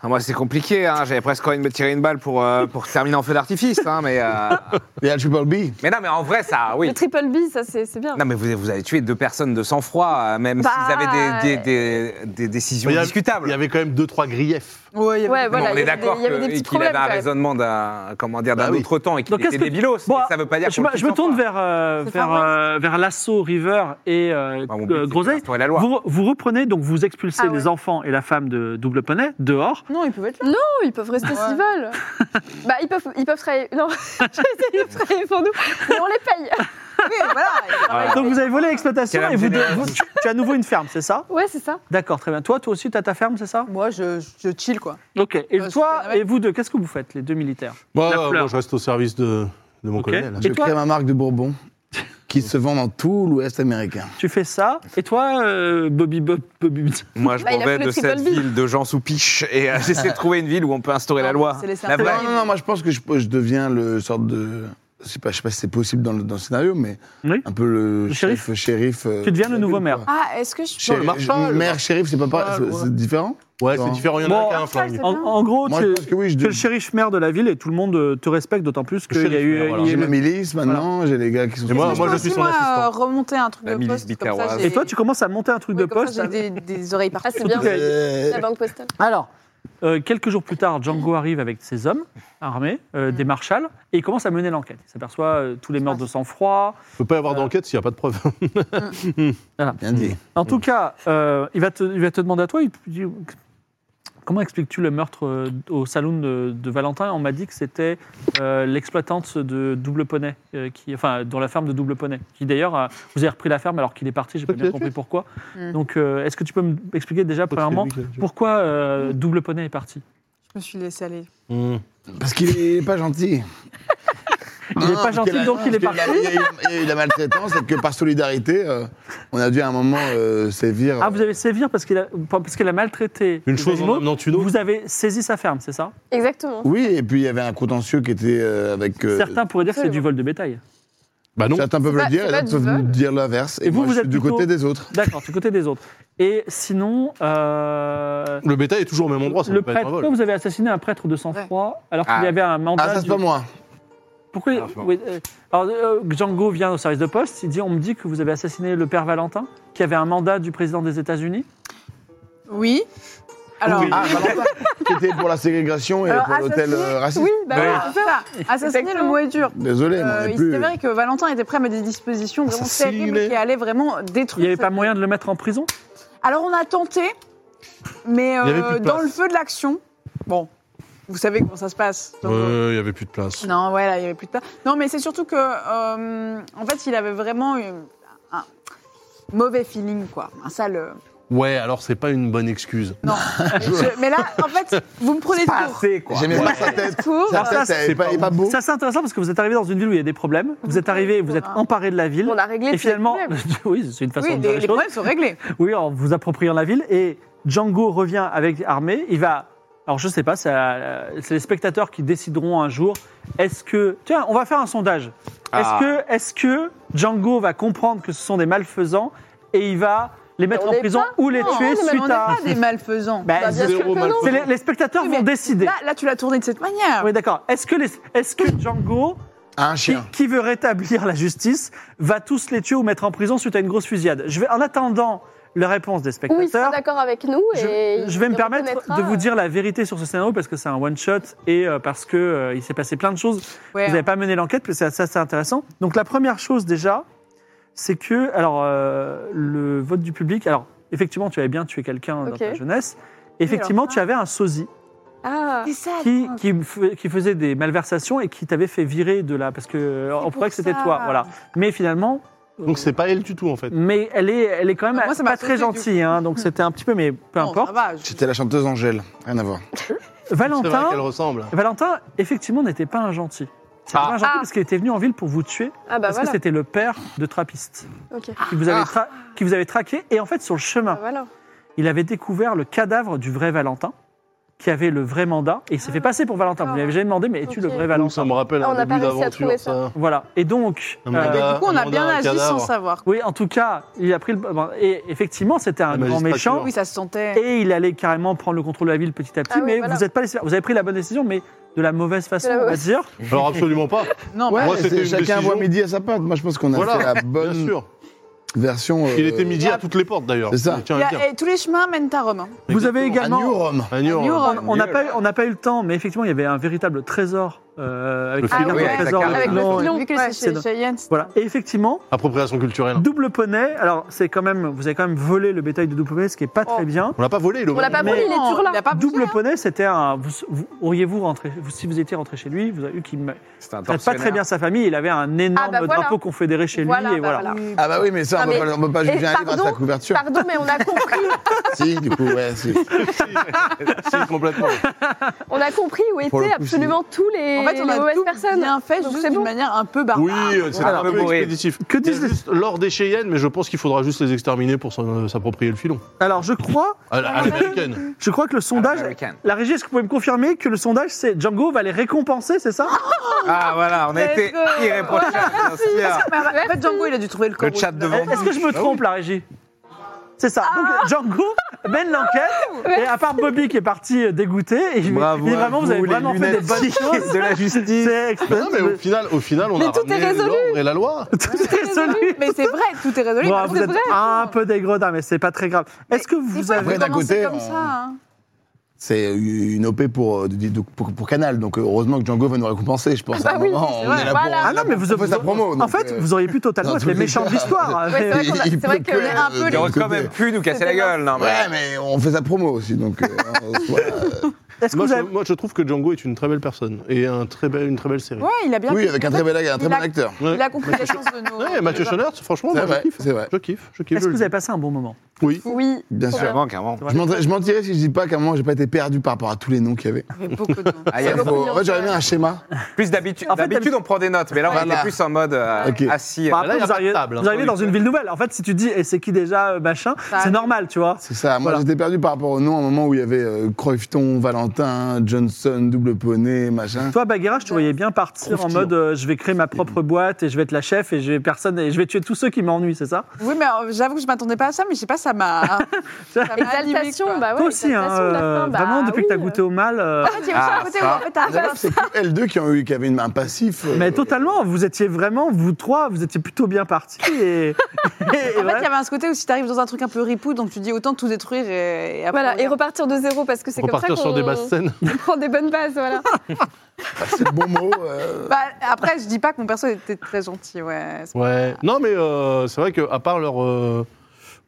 S4: Ah, Moi, c'est compliqué. hein. J'avais presque envie de me tirer une balle pour, euh, pour terminer en feu d'artifice. hein, mais, euh,
S5: Il y a le Triple B.
S4: mais non, mais en vrai, ça, oui.
S6: Le triple B, ça c'est c'est bien.
S4: Non, mais vous, vous avez tué deux personnes de sang-froid, euh, même
S6: Bah,
S4: s'ils avaient des, des- des- des décisions
S3: Il y a-
S4: discutables.
S3: Il y avait quand même deux trois griefs.
S2: Ouais, il y avait-
S6: Ouais,
S4: Bon, on
S6: voilà. il y
S4: est
S6: avait des-
S4: d'accord
S6: il y avait des
S4: que-
S6: petits
S4: qu'il avait
S6: problèmes,
S4: un
S6: quand même.
S4: raisonnement d'un comment dire d'un
S3: Bah oui.
S4: autre temps et qu'il
S1: Donc,
S4: était
S1: qu'est-ce que-
S4: débilos.
S1: Bon,
S4: mais ça veut pas dire
S1: je
S4: qu'on
S1: me,
S4: le
S1: je me
S4: tue
S1: tourne
S4: sans
S1: vers, euh,
S2: C'est
S1: vers,
S2: Far West.
S1: euh, vers Lasso, River et euh,
S4: Bah, mon but,
S1: euh,
S4: c'est de
S1: Groseille.
S4: restaurer la loi.
S1: Vous, vous reprenez, donc vous expulsez
S6: Ah ouais.
S1: les enfants et la femme de Double Poney dehors.
S2: Non, il pouvait être là.
S6: Non, ils peuvent rester
S1: *laughs*
S6: s'ils veulent. bah, ils peuvent, ils peuvent travailler. Non, *laughs* j'essaie de travailler pour nous, mais on les paye. *laughs*
S2: Oui, voilà. il travaille.
S1: Donc vous avez volé l'exploitation
S4: Quelle
S1: et vous,
S4: âme généreuse.
S1: vous- tu, tu as à nouveau une ferme, c'est ça
S6: Ouais, c'est ça.
S1: D'accord, très bien. Toi, toi aussi, tu as ta ferme, c'est ça
S2: Moi, je, je chill, quoi.
S1: Ok. Et
S2: Euh, je fais la
S1: toi
S2: même.
S1: et vous deux, qu'est-ce que vous faites, les deux militaires
S3: Moi,
S1: La
S3: euh,
S1: fleur.
S3: moi, je reste au service de, de mon
S1: Ok.
S3: colonel. hein.
S1: Et
S5: Je
S1: toi
S5: crée ma marque de Bourbon qui se vend dans tout l'Ouest américain.
S1: Tu fais ça. Et toi, euh, Bobby, Bob- Bobby,
S4: Moi, je
S6: Bah, il
S4: m'en
S6: a
S4: vais
S6: fait le
S4: de
S6: triple
S4: cette
S6: bill.
S4: ville de gens sous piche et euh, j'essaie de trouver une ville où on peut instaurer
S2: Non,
S4: la loi.
S2: c'est les
S4: La
S2: Ah
S4: vraie.
S2: ouais.
S5: Non, non, non, moi je pense que je, je deviens le sorte de. Je sais pas, je sais pas si c'est possible dans le, dans le scénario, mais
S1: Oui.
S5: un peu le,
S1: Le shérif.
S5: shérif. shérif euh,
S1: Tu deviens le nouveau maire.
S5: quoi.
S6: Ah, est-ce que je.
S5: Chéri-
S3: le marshal, le
S5: Maire, shérif, c'est pas pareil,
S1: Ah,
S3: marshal,
S5: c'est-
S3: ouais.
S5: c'est différent
S3: Ouais,
S5: Bon.
S3: c'est différent, il y en a
S1: Bon.
S3: un qui a un flingue.
S1: En, en gros,
S5: Moi,
S1: Oh, tu
S5: je
S1: es,
S5: pense que oui, je
S1: tu es le
S5: dis.
S1: shérif maire de la ville et tout le monde euh, te respecte, d'autant plus
S3: Le
S1: qu'il y a
S3: shérif
S1: eu.
S3: maire, voilà.
S1: il y a
S5: J'ai
S1: eu-
S5: ma milice maintenant, j'ai les gars qui sont.
S3: Et moi-
S2: je
S3: moi,
S2: peux
S3: je suis
S2: aussi,
S3: son assistant.
S2: euh, remonter un truc
S4: La
S2: de
S4: milice
S2: poste. Comme ça,
S4: bicaraoise.
S2: j'ai-
S1: Et toi, tu commences à monter un truc
S2: Oui,
S1: de
S2: comme ça,
S1: poste.
S2: J'ai des, des oreilles
S6: Ah,
S2: partout.
S6: c'est bien,
S1: tout cas,
S5: Euh,
S6: la banque postale.
S1: Alors, euh, quelques jours plus tard, Django arrive avec ses hommes armés, euh, des marshals, et il commence à mener l'enquête. Il s'aperçoit euh, tous les morts de sang-froid.
S3: Il peut pas y avoir d'enquête s'il n'y a pas de preuves.
S5: Bien dit.
S1: En
S3: Mm.
S1: tout cas, euh, il, va te, il va te demander à toi, il te dit, comment expliques-tu le meurtre euh, au saloon de, de Valentin On m'a dit que c'était euh, l'exploitante de Double Poney, euh, qui, enfin, dans la ferme de Double Poney, qui d'ailleurs, a- vous avez repris la ferme alors qu'il est parti, j'ai pas
S3: Ok,
S1: bien
S3: ok.
S1: compris pourquoi.
S2: Mm.
S1: Donc, euh, est-ce que tu peux m'expliquer déjà, premièrement, pourquoi euh, Double Poney est parti
S2: Je me suis laissé aller.
S3: Hmm.
S5: Parce qu'il est pas gentil.
S1: Il
S3: Ah,
S1: est pas gentil, donc il est parti.
S5: Il y a eu- il y a eu de la maltraitance et que par solidarité, euh, on a dû à un moment euh, sévir.
S1: Ah, vous avez sévir parce qu'il a, parce qu'elle a maltraité les
S3: Une chose en
S1: animaux.
S3: amenant une autre.
S1: Vous avez saisi sa ferme, c'est ça
S6: Exactement.
S5: Oui, et puis il y avait un contentieux qui était euh, avec. euh,
S1: Certains pourraient dire que c'est du
S6: absolument.
S1: vol de bétail.
S3: Bah non.
S5: Certains peuvent
S6: C'est
S5: le
S6: pas-
S5: dire,
S6: c'est
S5: et
S6: pas
S5: d'autres
S6: du
S5: peuvent
S6: vol.
S5: dire l'inverse. Et,
S1: Et vous,
S5: moi,
S1: vous
S5: je suis
S1: êtes
S5: du
S1: plutôt-
S5: côté des autres.
S1: D'accord, du côté des autres. Et sinon, euh,
S3: Le bétail est toujours au même endroit, ça ne
S1: le
S3: peut pas être
S1: prêtre,
S3: un
S1: pourquoi
S3: vol.
S1: vous avez assassiné un prêtre de sang-froid alors qu'il
S4: Ah.
S1: y avait un mandat
S5: Ah, ça, c'est
S1: du-
S5: pas moi.
S1: Pourquoi
S4: Ah, c'est pas
S1: oui, euh, Alors, euh, Django vient au service de poste, il dit on me dit que vous avez assassiné le père Valentin qui avait un mandat du président des États-Unis.
S2: Oui. Alors,
S5: Ah,
S6: bah,
S5: Valentin, *laughs* qui était pour la ségrégation et
S2: Alors,
S5: pour l'hôtel
S2: assassiné,
S5: euh, raciste.
S6: Oui, bah
S4: Bah,
S6: voilà.
S2: ah,
S6: *laughs*
S2: ça, assassiner, le mot est dur.
S5: Désolé, mais on
S2: Euh,
S5: n'est
S2: il
S5: plus.
S2: s'est avéré que Valentin était prêt à mettre des dispositions vraiment
S3: Assassiner.
S2: terribles qui allaient vraiment
S1: Il n'y
S2: détruire.
S1: avait
S2: cette-
S1: pas moyen de le mettre en prison
S2: Alors on a tenté, mais
S3: Il y avait
S2: euh,
S3: plus de
S2: dans
S3: place.
S2: le feu de l'action, bon, vous savez comment ça se passe. donc, euh,
S3: Ouais, il n'y avait plus de place.
S2: Non, ouais, là, il y avait plus de place. Non, mais c'est surtout que, euh, en fait, il avait vraiment eu un mauvais feeling, quoi. Un sale. euh,
S3: Ouais, alors c'est pas une bonne excuse.
S2: Non. Je- mais là, en fait, vous me prenez de court.
S4: assez, quoi.
S5: J'aimais pas sa tête.
S2: Court.
S5: Sa
S1: Alors ça,
S5: tête, elle
S3: c'est
S5: est pas,
S3: pas
S5: elle est pas beau.
S1: Ça c'est intéressant parce que vous êtes arrivé dans une ville où il y a des problèmes, vous êtes arrivé, vous êtes
S2: Voilà.
S1: emparé de la ville.
S6: On a réglé
S1: Et
S6: tous les
S1: finalement,
S6: problèmes.
S1: *laughs* oui, c'est une façon
S2: Oui,
S1: de dire
S2: les,
S1: les
S2: les
S1: choses.
S2: problèmes sont réglés.
S1: Oui, en vous appropriant la ville. Et Django revient avec armée. Il va. Alors, je sais pas, c'est à- c'est les spectateurs qui décideront un jour. Est-ce que. Tiens, on va faire un sondage. Est-ce
S4: Ah.
S1: que, est que Django va comprendre que ce sont des malfaisants et il va les mettre
S6: on
S1: en
S6: n'est
S1: prison
S6: pas-
S1: ou les
S2: Non,
S1: tuer
S2: mais
S1: suite
S2: on n'est
S1: à.
S2: pas des malfaisants.
S1: Ben,
S6: Bah, bien
S3: Zéro
S6: sûr que
S3: mal
S6: non.
S1: c'est les, les spectateurs
S2: Oui,
S1: vont
S2: mais
S1: décider.
S2: Là, là, tu l'as tourné de cette manière.
S1: Oui, d'accord. Est-ce que, les- est-ce que Django,
S5: Un
S1: qui,
S5: chien.
S1: qui veut rétablir la justice, va tous les tuer ou mettre en prison suite à une grosse fusillade Je vais, en attendant la réponse des
S6: Ou il sera
S1: spectateurs,
S6: d'accord avec nous et
S1: je, je vais
S6: il
S1: me permettre
S6: reconnaîtra,
S1: de vous
S6: euh,
S1: dire la vérité sur ce scénario parce que c'est un one shot et euh, parce que euh, il s'est passé plein de choses.
S2: Ouais.
S1: Vous n'avez pas mené l'enquête, mais ça, ça c'est intéressant. Donc la première chose déjà, c'est que alors euh, le vote du public. Alors effectivement, tu avais bien tué quelqu'un dans
S6: Ok.
S1: ta jeunesse. Effectivement,
S2: alors ça-
S1: tu avais un sosie
S6: Ah,
S2: C'est ça.
S1: qui, qui, f- qui faisait des malversations et qui t'avait fait virer de là parce que euh, on
S2: pour
S1: croyait que c'était
S2: ça.
S1: toi, voilà. Mais finalement,
S3: Donc c'est pas elle du tout en fait.
S1: mais elle est, elle est quand même
S2: Moi, ça m'a
S1: pas très
S2: sauté, du
S1: gentille, hein,
S2: *laughs*
S1: donc c'était un petit peu, mais peu
S2: Non, ça
S1: importe.
S2: va, je-
S5: C'était la chanteuse Angèle. Rien à voir.
S3: C'est vrai
S1: Valentin,
S3: qu'elle ressemble.
S1: Valentin, effectivement, n'était pas un gentil. C'était
S4: Ah.
S1: pas un gentil
S6: Ah.
S1: parce qu'il était venu en ville pour vous tuer,
S6: ah bah
S1: parce
S6: voilà.
S1: que Ah. c'était le père de Trappiste
S6: Ok.
S1: qui vous, avait tra- qui vous avait traqué. Et en fait, sur le
S6: Ah,
S1: chemin,
S6: voilà.
S1: il avait découvert le cadavre du vrai Valentin, qui avait le vrai mandat, et il s'est
S6: Ah,
S1: fait passer pour Valentin. Vous lui avez
S6: d'accord.
S1: jamais demandé, mais es-tu le
S6: Ok.
S1: vrai
S3: Ouh,
S1: Valentin
S3: Ça me rappelle
S6: Ah, on
S3: un
S6: n'a pas
S3: début
S6: réussi à trouver
S3: d'aventure ça.
S1: Voilà. Et donc,
S3: Un
S1: euh,
S3: mandat.
S2: Du coup, on a
S3: On
S2: bien
S3: a un
S2: agi sans
S3: cadavre.
S2: savoir.
S1: oui, en tout cas, il a pris le. Et effectivement, c'était un
S3: La
S1: grand
S3: magistrature.
S1: méchant.
S2: Oui, ça se sentait.
S1: Et il allait carrément prendre le contrôle de la ville petit à petit,
S6: Ah oui,
S1: mais
S6: voilà.
S1: vous êtes pas laissé faire. Vous avez pris la bonne décision, mais de la mauvaise façon,
S6: la
S1: on va
S6: mauvaise-
S1: dire.
S3: Alors absolument pas.
S2: Non,
S5: Ouais,
S3: Moi,
S5: c'est-
S3: c'était une
S5: chacun
S3: décision.
S5: voit midi à sa pâte. Moi, je pense qu'on a
S3: Voilà.
S5: fait la
S3: Bien
S5: bonne
S3: sûr.
S5: version. euh,
S3: Il était midi à toutes les portes d'ailleurs.
S5: C'est ça.
S3: Je Tiens, à
S2: Il y
S3: le
S2: a-
S3: dire.
S2: et tous les chemins mènent à Rome. hein.
S1: Vous avez
S5: à
S1: également.
S5: New Rome.
S3: Un New
S2: New
S3: York.
S2: Rome.
S1: On n'a pas, eu- on n'a pas eu le temps, mais effectivement, il y avait un véritable trésor euh, avec
S3: Le filon.
S1: carte
S4: Ah oui,
S1: de
S4: avec la
S1: trésor,
S4: carte.
S1: le
S6: Avec le
S1: filon,
S6: filon.
S2: Vu que
S6: Ouais,
S2: c'est
S1: c'est
S2: chez Cheyenne, c'est-
S1: Voilà. Et effectivement,
S3: Appropriation culturelle.
S1: double poney. Alors, c'est quand même, vous avez quand même volé le bétail de double poney, ce qui est pas
S6: Oh. Ah,
S1: très bien.
S3: On l'a pas volé, il
S6: On l'a pas
S1: Mais-
S6: volé, il est toujours là.
S2: Il a pas bougé,
S1: Double
S2: hein.
S1: poney, c'était un. Vous, vous- auriez-vous rentré, vous- si vous étiez rentré chez lui, vous avez eu qu'il ne
S4: C'est un
S1: pas très bien sa famille. Il avait un énorme
S6: Ah bah voilà.
S1: drapeau confédéré chez
S6: Voilà,
S1: lui, et
S6: bah
S1: voilà.
S6: voilà.
S5: Ah bah oui, mais ça,
S6: Ah,
S5: on peut
S6: mais-
S5: pas- on peut pas
S6: et
S5: juger un livre à
S6: pardon,
S5: sa couverture.
S6: Pardon, mais on a compris.
S5: Si, du coup, ouais,
S6: *laughs*
S5: si.
S3: Si, complètement.
S6: On a compris où
S5: Pour le
S6: étaient
S5: coup, c'est-
S6: absolument tous les,
S2: En fait, on
S6: les
S2: a
S6: mauvaises
S2: tout
S6: personnes.
S2: bien fait,
S6: Donc
S2: juste
S6: c'est
S2: d'une
S6: bon.
S2: manière un peu
S3: Oui, euh,
S2: barbare.
S3: c'est
S4: Alors,
S3: un peu
S4: bourré.
S3: expéditif.
S1: Que
S3: Il y a
S1: disent les-
S3: juste L'or des Cheyennes, mais je pense qu'il faudra juste les exterminer pour s'en- euh, s'approprier le filon.
S1: Alors, je crois,
S3: À la- à
S1: *laughs*
S3: l'américaine.
S1: je crois que le sondage. La régie, est-ce que vous pouvez me confirmer que le sondage, c'est Django va les récompenser, c'est ça
S4: Ah voilà, on a
S2: Let's
S4: été
S2: go.
S4: irréprochables. bien sûr.
S2: Mais En fait, Django, il a dû trouver le corps.
S4: Le chat
S2: aussi.
S4: devant.
S1: Est-ce que je me trompe, la régie C'est ça. Donc Django mène l'enquête et à part Bobby qui est parti euh, dégoûté, et il
S4: Bravo
S1: il est
S4: à
S1: vraiment vous
S4: vous,
S1: avez
S4: les
S1: vraiment fait des
S4: *laughs* lunettes
S1: bonnes choses.
S4: de la justice.
S1: C'est
S3: Bah non, mais au final, au final, on
S6: Mais
S3: a
S6: tout est
S3: ramené
S6: résolu.
S3: l'ordre et la loi.
S1: *laughs* tout est résolu.
S2: Mais c'est vrai, tout est résolu.
S1: Bon,
S2: mais
S1: vous
S2: c'est
S1: êtes
S2: vrai.
S1: un peu dégredin, mais c'est pas très grave. Est-ce que
S2: Des
S1: vous
S2: fois, il faut
S1: avez
S5: Après, d'un
S2: commencer
S5: côté,
S2: comme
S5: on-
S2: ça, hein.
S5: C'est une OP pour, euh, du- du- pour, pour Canal, donc euh, heureusement que Django va nous récompenser, je pense.
S6: Ah bah
S5: à un
S6: oui,
S5: moment,
S6: c'est
S5: on
S6: vrai,
S5: est là
S6: voilà.
S5: pour.
S1: Ah non, mais vous
S5: on fait sa promo,
S1: En
S5: donc,
S1: fait,
S5: euh,
S1: vous auriez pu totalement
S5: dans
S1: être
S5: tous
S1: les
S5: les
S1: méchants de
S5: cas.
S1: l'histoire.
S6: Ouais, c'est vrai
S5: il-
S6: qu'on a-
S5: il
S6: c'est vrai
S5: peut
S6: que
S5: que,
S6: on est un peu
S5: euh,
S4: Il aurait
S5: de
S4: quand
S5: côté.
S4: même pu nous casser la
S2: C'était
S4: gueule, non mais...
S5: Ouais, mais on fait sa promo aussi, donc. euh, en soi, euh,
S1: Est-ce que
S3: Moi
S1: vous
S3: je,
S1: avez...
S3: moi, je trouve que Django est une très belle personne et un très bel- une très belle série.
S2: Ouais, il a bien
S5: oui, avec un très bel, un très
S2: Il
S5: bon
S2: a-
S5: acteur.
S3: Ouais.
S2: Il a compris les chances de nos.
S3: Ouais, Mathieu Schoenert, franchement,
S5: C'est
S3: moi,
S5: vrai,
S3: je kiffe.
S5: c'est vrai.
S3: Je kiffe, je kiffe.
S1: Est-ce
S3: je
S1: que vous
S3: le
S1: avez passé un bon moment
S3: dis. Oui.
S6: Oui.
S5: Bien sûr.
S4: Sûrement, clairement.
S5: Je mentirais, je mentirais si je dis pas qu'à un moment j'ai pas été perdu par rapport à tous les noms qu'il y avait.
S2: Il y avait beaucoup de noms.
S4: Ah, il y a
S5: Faut-
S4: beaucoup-
S5: En fait, j'aurais mis un schéma.
S4: Plus d'habitude,
S1: En fait,
S4: d'habitude on prend des notes, mais là on
S5: Voilà.
S4: était plus en mode euh,
S5: Ok.
S4: assis.
S1: Bah, après,
S3: là,
S1: vous
S3: il y a pas de
S1: arrivez,
S3: table, hein.
S1: vous arrivez dans
S3: Oui.
S1: une ville nouvelle. En fait, si tu dis et c'est qui déjà euh, machin,
S2: Ça-
S1: c'est normal, tu vois.
S5: C'est ça. Moi,
S1: Voilà.
S5: j'étais perdu par rapport aux noms à un moment où il y avait euh, Cruyffton, Valentin, Johnson, double poney, machin.
S1: Toi, Bagheera, je te voyais bien partir en
S5: Croustillant.
S1: mode euh, je vais créer ma propre boîte et je vais être la chef et je vais personne et je vais tuer tous ceux qui m'ennuient, c'est ça
S2: Oui, mais euh, j'avoue que je m'attendais pas à ça, mais je sais pas,
S1: *laughs*
S2: ça m'a. hein, ça m'a
S6: Exaltation,
S2: animé, quoi.
S6: bah ouais.
S1: Toi aussi, hein,
S6: exaltation de la
S1: euh,
S6: fin, bah
S1: vraiment, depuis que t'as
S6: oui.
S1: goûté au mal. euh,
S6: En fait, il y a aussi
S4: Ah,
S6: un côté où
S4: ça.
S6: en fait, t'as
S5: D'ailleurs,
S2: bah
S5: C'est que elles deux qui, ont eu, qui avaient une- un passif. euh,
S1: Mais totalement, vous étiez vraiment, vous trois, vous étiez plutôt bien partis. Et, et- et
S2: En fait, il y
S1: voilà.
S2: avait un ce côté où si t'arrives dans un truc un peu ripou, donc tu dis autant tout détruire et, et après.
S6: Voilà,
S2: on
S6: et
S2: verra.
S6: repartir de zéro parce que c'est comme ça
S3: Repartir sur des basses
S6: qu'on
S3: scènes.
S6: on *laughs* prend des bonnes bases, voilà.
S5: C'est le bon mot.
S2: *laughs*
S5: euh,
S2: Bah, après, je dis pas que mon perso était très gentil, ouais. C'est-
S3: Ouais. Non, mais euh, c'est vrai qu'à part leur, euh,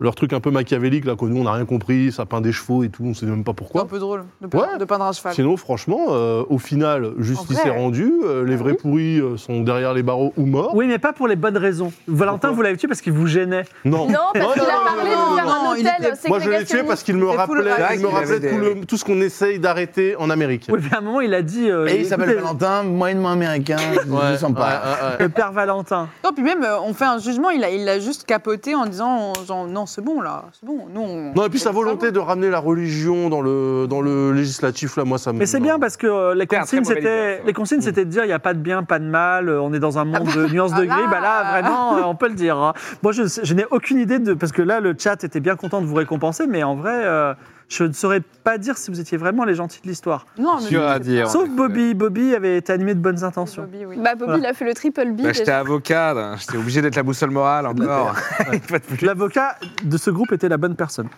S3: leur truc un peu machiavélique, là, que nous, on n'a rien compris, ça peint des chevaux et tout, on sait même pas
S2: C'est
S3: pourquoi.
S2: un peu drôle de, peindre-
S3: Ouais.
S2: de peindre un cheval.
S3: Sinon, franchement, euh, au final, justice
S2: En vrai.
S3: est rendue, euh, les vrais pourris euh, sont derrière les barreaux ou morts.
S1: Mhm. Oui, mais pas pour les bonnes raisons. Valentin,
S3: Pourquoi
S1: vous l'avez tué parce qu'il vous gênait.
S3: Non.
S6: Non, parce qu'il
S3: non,
S6: a
S3: non,
S6: parlé
S3: non,
S6: de faire
S3: non,
S6: un
S2: non, il était-
S6: hôtel
S3: Moi, je l'ai tué parce qu'il me
S2: C'est full
S3: rappelait,
S2: racket.
S3: il me
S4: Il avait
S3: rappelait
S4: des-
S3: tout, le- tout ce qu'on essaye d'arrêter en Amérique.
S1: Oui, mais à un moment, il a dit. euh,
S5: Et il s'appelle
S1: écoutez,
S5: Valentin, moyennement américain, je ne sens pas.
S3: Ouais, ouais, ouais.
S1: Le père Valentin.
S2: Non, puis même, euh, on fait un jugement, il a, il a juste capoté en disant on- genre, non, c'est bon là, c'est Ah bon. Nous, on-
S3: Non, et puis sa
S2: on-
S3: volonté de ramener la religion dans le, dans le législatif, là, moi, ça me.
S1: Mais c'est bien parce que euh, les
S4: C'était un
S1: consignes,
S4: très mauvais leader, Mm.
S1: c'était
S4: ça.
S1: les consignes, c'était de dire il n'y a pas de bien, pas de mal. euh, On est dans un monde de nuances de
S2: ah
S1: gris. Bah là,
S2: là.
S1: vraiment, euh, on peut le dire. hein. Moi, je, je n'ai aucune idée de parce que là, le chat était bien content de vous récompenser, mais en vrai, euh, je ne saurais pas dire si vous étiez vraiment les gentils de l'histoire.
S2: Non, mais.
S4: Sûr à dire.
S1: Sauf Bobby. Bobby avait été animé de bonnes intentions.
S2: Bobby, oui.
S6: Bah, Bobby,
S1: Voilà.
S6: il a fait le triple B.
S4: Bah, J'étais
S6: déjà.
S4: avocat, là. j'étais obligé d'être la boussole morale encore. Une fois de plus.
S1: L'avocat de ce groupe était la bonne personne.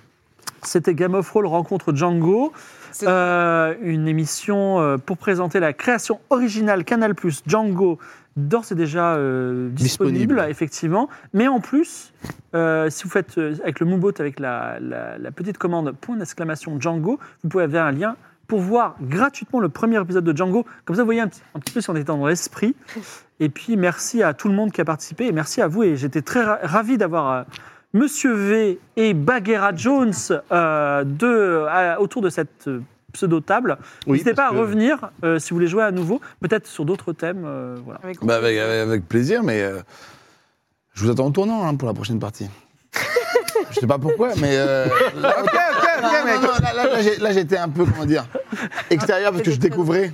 S1: C'était Game of Roll rencontre Django,
S2: C'est-
S1: Euh, une émission euh, pour présenter la création originale Canal Plus Django. D'ores et déjà euh, disponible,
S3: Disponible.
S1: effectivement. Mais en plus, euh, si vous faites euh, avec le Moonbot, avec la, la- la petite commande point d'exclamation Django, vous pouvez avoir un lien pour voir gratuitement le premier épisode de Django. Comme ça, vous voyez un petit, un petit peu si on était dans l'esprit. Et puis, merci à tout le monde qui a participé et merci à vous. Et j'étais très ra- ravi d'avoir euh, Monsieur V et Baguera Jones euh, de, à- autour de cette euh, pseudo-table.
S3: Oui,
S1: N'hésitez pas
S3: parce
S1: à
S3: que-
S1: revenir euh, si vous voulez jouer à nouveau, peut-être sur d'autres thèmes. euh, voilà.
S2: Avec-
S5: Bah, avec, avec plaisir, mais euh, je vous attends au tournant hein, pour la prochaine partie. Je sais pas pourquoi, mais euh, là,
S4: *laughs* Ok, ok,
S5: non,
S4: ok,
S5: non,
S4: mec.
S5: non, là, là, là, j'ai- là, j'étais un peu comment dire extérieur parce que je découvrais.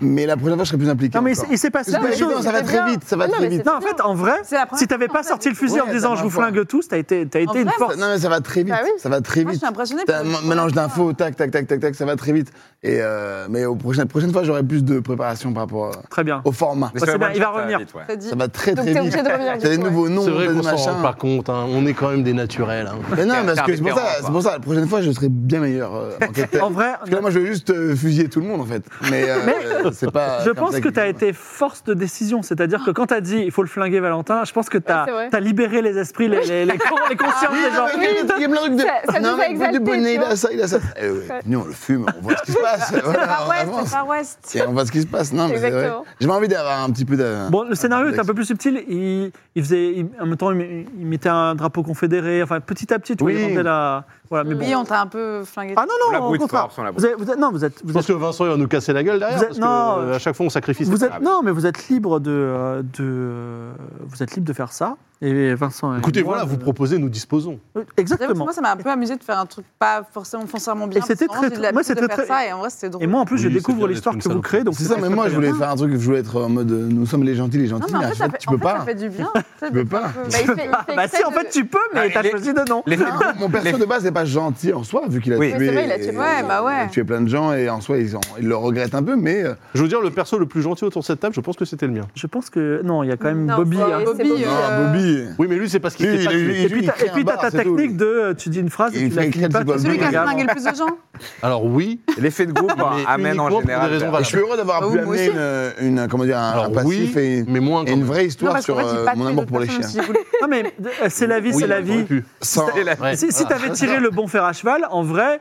S5: Mais la prochaine fois, je serai plus impliqué.
S1: Non, mais il,
S5: encore.
S1: s'est- il s'est passé
S5: C'est pas
S1: des
S5: évident,
S1: choses.
S5: ça va
S6: c'est
S5: très
S6: bien.
S5: vite, ça va
S6: Non,
S5: très
S6: mais
S5: vite.
S1: Non, en fait, en vrai,
S2: C'est la première
S1: si t'avais
S2: fois,
S1: pas
S2: en fait.
S1: sorti le fusil en
S5: Ouais,
S1: disant
S5: la
S1: je vous
S5: première
S1: flingue tous, t'as été, t'as été
S2: En
S1: une
S2: vrai,
S1: force.
S5: Non, mais ça va très vite,
S6: Bah oui.
S5: ça va très
S2: Moi, je
S5: vite.
S2: suis impressionnée.
S5: T'as un
S2: pour-
S5: m- mélange d'infos, tac, tac, tac, tac, tac, ça va très vite. Et euh, mais au prochain, prochaine fois, j'aurai plus de préparation par rapport euh,
S1: Très bien.
S5: au format.
S4: Mais
S1: Bah,
S4: ça
S1: c'est bien,
S4: one
S1: il va
S4: shot,
S1: revenir.
S4: vite, ouais.
S2: T'as dit-
S5: Ça va très
S6: Donc,
S5: très
S6: t'es
S5: vite.
S6: obligé de revenir. du
S5: T'as des
S6: coup, ouais.
S5: nouveaux noms,
S3: C'est vrai
S5: t'as des
S3: qu'on s'en
S5: machins.
S3: rend pas compte, hein. on est quand même des naturels. hein.
S5: Mais non, parce
S4: un
S5: que c'est pour,
S4: vétéran,
S5: ça,
S4: quoi.
S5: c'est pour ça, la prochaine fois, je serai bien meilleur euh,
S1: *laughs*
S5: enquêteur.
S1: En vrai,
S5: Parce que là, moi, je veux juste euh, fusiller tout le monde, en fait. Mais, euh,
S1: Mais-
S5: c'est pas.
S1: Je
S5: comme
S1: pense
S5: ça
S1: que tu as été force de décision, c'est-à-dire que quand tu as dit il faut le flinguer Valentin, je pense que tu
S6: Ouais, c'est vrai.
S1: as, libéré les esprits, les, les, les, con- les consciences
S5: Oui,
S1: des gens.
S5: non, Ah, mais il y a- il y a plein de trucs de-
S6: Ça- ça nous
S5: non,
S6: a
S5: mais il faut
S6: exaltés,
S5: du bonnet,
S6: tu
S5: il a
S6: vois.
S5: ça, il a ça. Eh ouais,
S6: *laughs*
S5: nous, on le fume, on voit ce qui se passe.
S2: C'est
S5: Voilà,
S6: Ah
S2: Far
S5: on
S2: West, c'est
S5: avance.
S2: Far West.
S5: Et on voit ce qui se passe. Non, mais c'est vrai.
S6: Exactement.
S5: J'avais envie d'avoir un petit peu de.
S1: Bon, le scénario est un
S5: contexte.
S1: peu plus subtil. Il, il faisait, il- en même temps, il, met- il mettait un drapeau confédéré. Enfin, petit à petit, tu vois,
S3: Oui.
S1: il montait la. Voilà, mais
S2: Oui,
S1: bon.
S2: on t'a un peu flingué.
S1: Ah
S4: On
S1: non,
S4: la
S1: non, au
S4: brouille,
S1: contraire.
S4: Forbes, on la
S1: Vous êtes, vous êtes- non, vous êtes, vous
S3: Je pense
S1: êtes,
S3: que Vincent, il va nous casser la gueule derrière,
S1: Vous êtes-
S3: parce
S1: non,
S3: que, euh, à chaque fois, on sacrifie.
S1: vous
S3: ses
S1: êtes- non, mais vous êtes libre de, euh, de, euh, vous êtes libre de faire ça. Et Vincent. et
S3: Écoutez,
S1: moi,
S3: voilà,
S1: euh,
S3: vous proposez, nous disposons.
S1: oui,
S2: J'avoue que
S1: Exactement.
S2: moi, ça m'a un peu amusé de faire un truc pas forcément foncièrement bien.
S1: Et c'était
S2: parce que
S1: très-
S2: j'ai l'habitude
S1: moi, c'était
S2: de
S1: très-
S2: faire ça et en vrai, c'était drôle.
S1: Et moi, en plus,
S3: Oui,
S1: je
S3: c'est
S1: découvre
S3: bien
S1: l'histoire
S3: d'être
S1: que
S3: une
S1: vous créez. donc
S5: C'est ça,
S1: très,
S5: mais
S1: très
S5: moi je
S1: bien.
S5: voulais faire un truc, je voulais être en mode euh, nous sommes les gentils, les
S2: non,
S5: gentils,
S2: mais en
S5: mais
S2: fait,
S5: en
S2: ça
S5: fait,
S2: fait,
S5: tu peux
S2: en fait, ça
S5: pas.
S2: fait du bien.
S5: *laughs* Tu peux pas.
S6: Bah, il fait- il fait
S1: Bah
S6: exprès
S1: si, en
S6: de-
S1: fait, tu peux, mais
S4: Ah,
S1: t'as
S4: les-
S1: choisi de non.
S4: Les
S5: Non, *laughs* mon perso
S4: les-
S5: de base n'est pas gentil en soi, vu qu'il a
S4: Oui.
S5: tué.
S6: Oui, c'est vrai, il a tué bah
S5: et-
S6: plein
S2: de gens.
S5: il a tué plein de gens et en soi, ils, en- ils le regrettent un peu, mais euh,
S3: Je veux dire, le perso le plus gentil autour de cette table, je pense que c'était le mien.
S1: Je pense que. Non, il y a quand même
S6: Non,
S1: Bobby.
S6: c'est-
S1: hein.
S6: c'est
S2: Bobby,
S5: non,
S2: euh,
S5: Bobby.
S3: Oui, mais lui, c'est parce qu'il
S5: Lui,
S3: s'est pas
S5: il
S3: tué.
S5: est- il
S1: Et
S5: est-
S1: puis,
S5: il
S1: t'as-
S5: crée
S1: et puis
S5: un
S1: t'as
S5: bar,
S1: ta
S5: c'est tout.
S1: technique de. euh, Tu dis une phrase
S5: Et
S1: et
S5: il
S1: tu la
S5: fait
S1: finis pas.
S5: quelqu'un
S1: t'essaies
S5: *laughs* qui
S2: Celui
S1: de
S2: qui a
S5: Bobby,
S1: la
S2: flingué
S1: garder.
S2: le plus de gens
S3: Alors oui,
S4: L'effet de groupe hein,
S3: mais
S4: amène en
S3: uniquement pour des
S4: général. euh,
S3: raisons
S4: vers-
S3: valables.
S4: *laughs*
S5: Et je suis heureux d'avoir
S2: Bah,
S5: pu
S2: vous, moi
S5: amener
S2: aussi.
S5: une, une- comment dire, un, un
S1: Ah
S3: alors
S5: passif
S3: oui,
S5: et,
S3: mais moins
S5: et
S3: quand
S5: une
S3: même.
S5: vraie
S2: Non,
S5: histoire
S2: parce qu'en
S5: sur
S2: fait, il
S5: euh,
S2: battait
S5: mon amour
S2: d'autres
S5: pour les
S2: personnes
S5: chiens.
S2: s'il voulait.
S1: Non, mais euh, c'est la vie,
S3: Oui,
S1: c'est la
S3: on aurait
S1: vie.
S3: pu.
S5: Sans-
S4: C'est la-
S3: Ouais.
S1: Si, si t'avais tiré le bon fer à cheval, en vrai,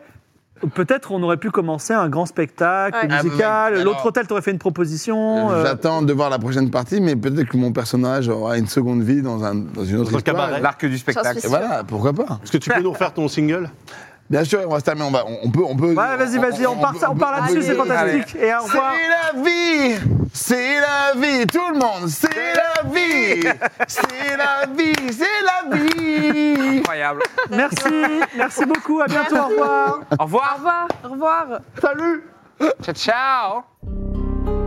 S1: peut-être on aurait pu commencer un grand spectacle
S6: Ouais.
S5: Ah,
S1: musical.
S5: mais-
S1: L'autre
S5: alors-
S1: hôtel t'aurait fait une proposition. euh,
S5: J'attends de voir la prochaine partie, mais peut-être que mon personnage aura une seconde vie dans, un, dans une autre
S3: Dans le
S5: histoire.
S3: cabaret.
S4: L'arc du spectacle.
S6: Ça
S5: Et voilà, pourquoi pas
S3: Est-ce que tu peux nous refaire ton single
S5: Bien sûr, on va se terminer, on, va, on, on peut, on peut.
S1: Ouais, vas-y, vas-y, on, part, ça- on
S5: peut-
S1: part
S5: on
S1: là-dessus,
S5: peut-
S1: c'est fantastique. Et au
S5: C'est
S1: revoir.
S5: la vie C'est la vie Tout le monde C'est la vie C'est la vie C'est
S1: *laughs*
S5: la vie
S4: Incroyable.
S1: Merci, merci beaucoup, à bientôt, au revoir.
S4: Au revoir.
S6: Au
S2: Au
S6: revoir.
S2: revoir.
S5: Salut
S4: Ciao, ciao.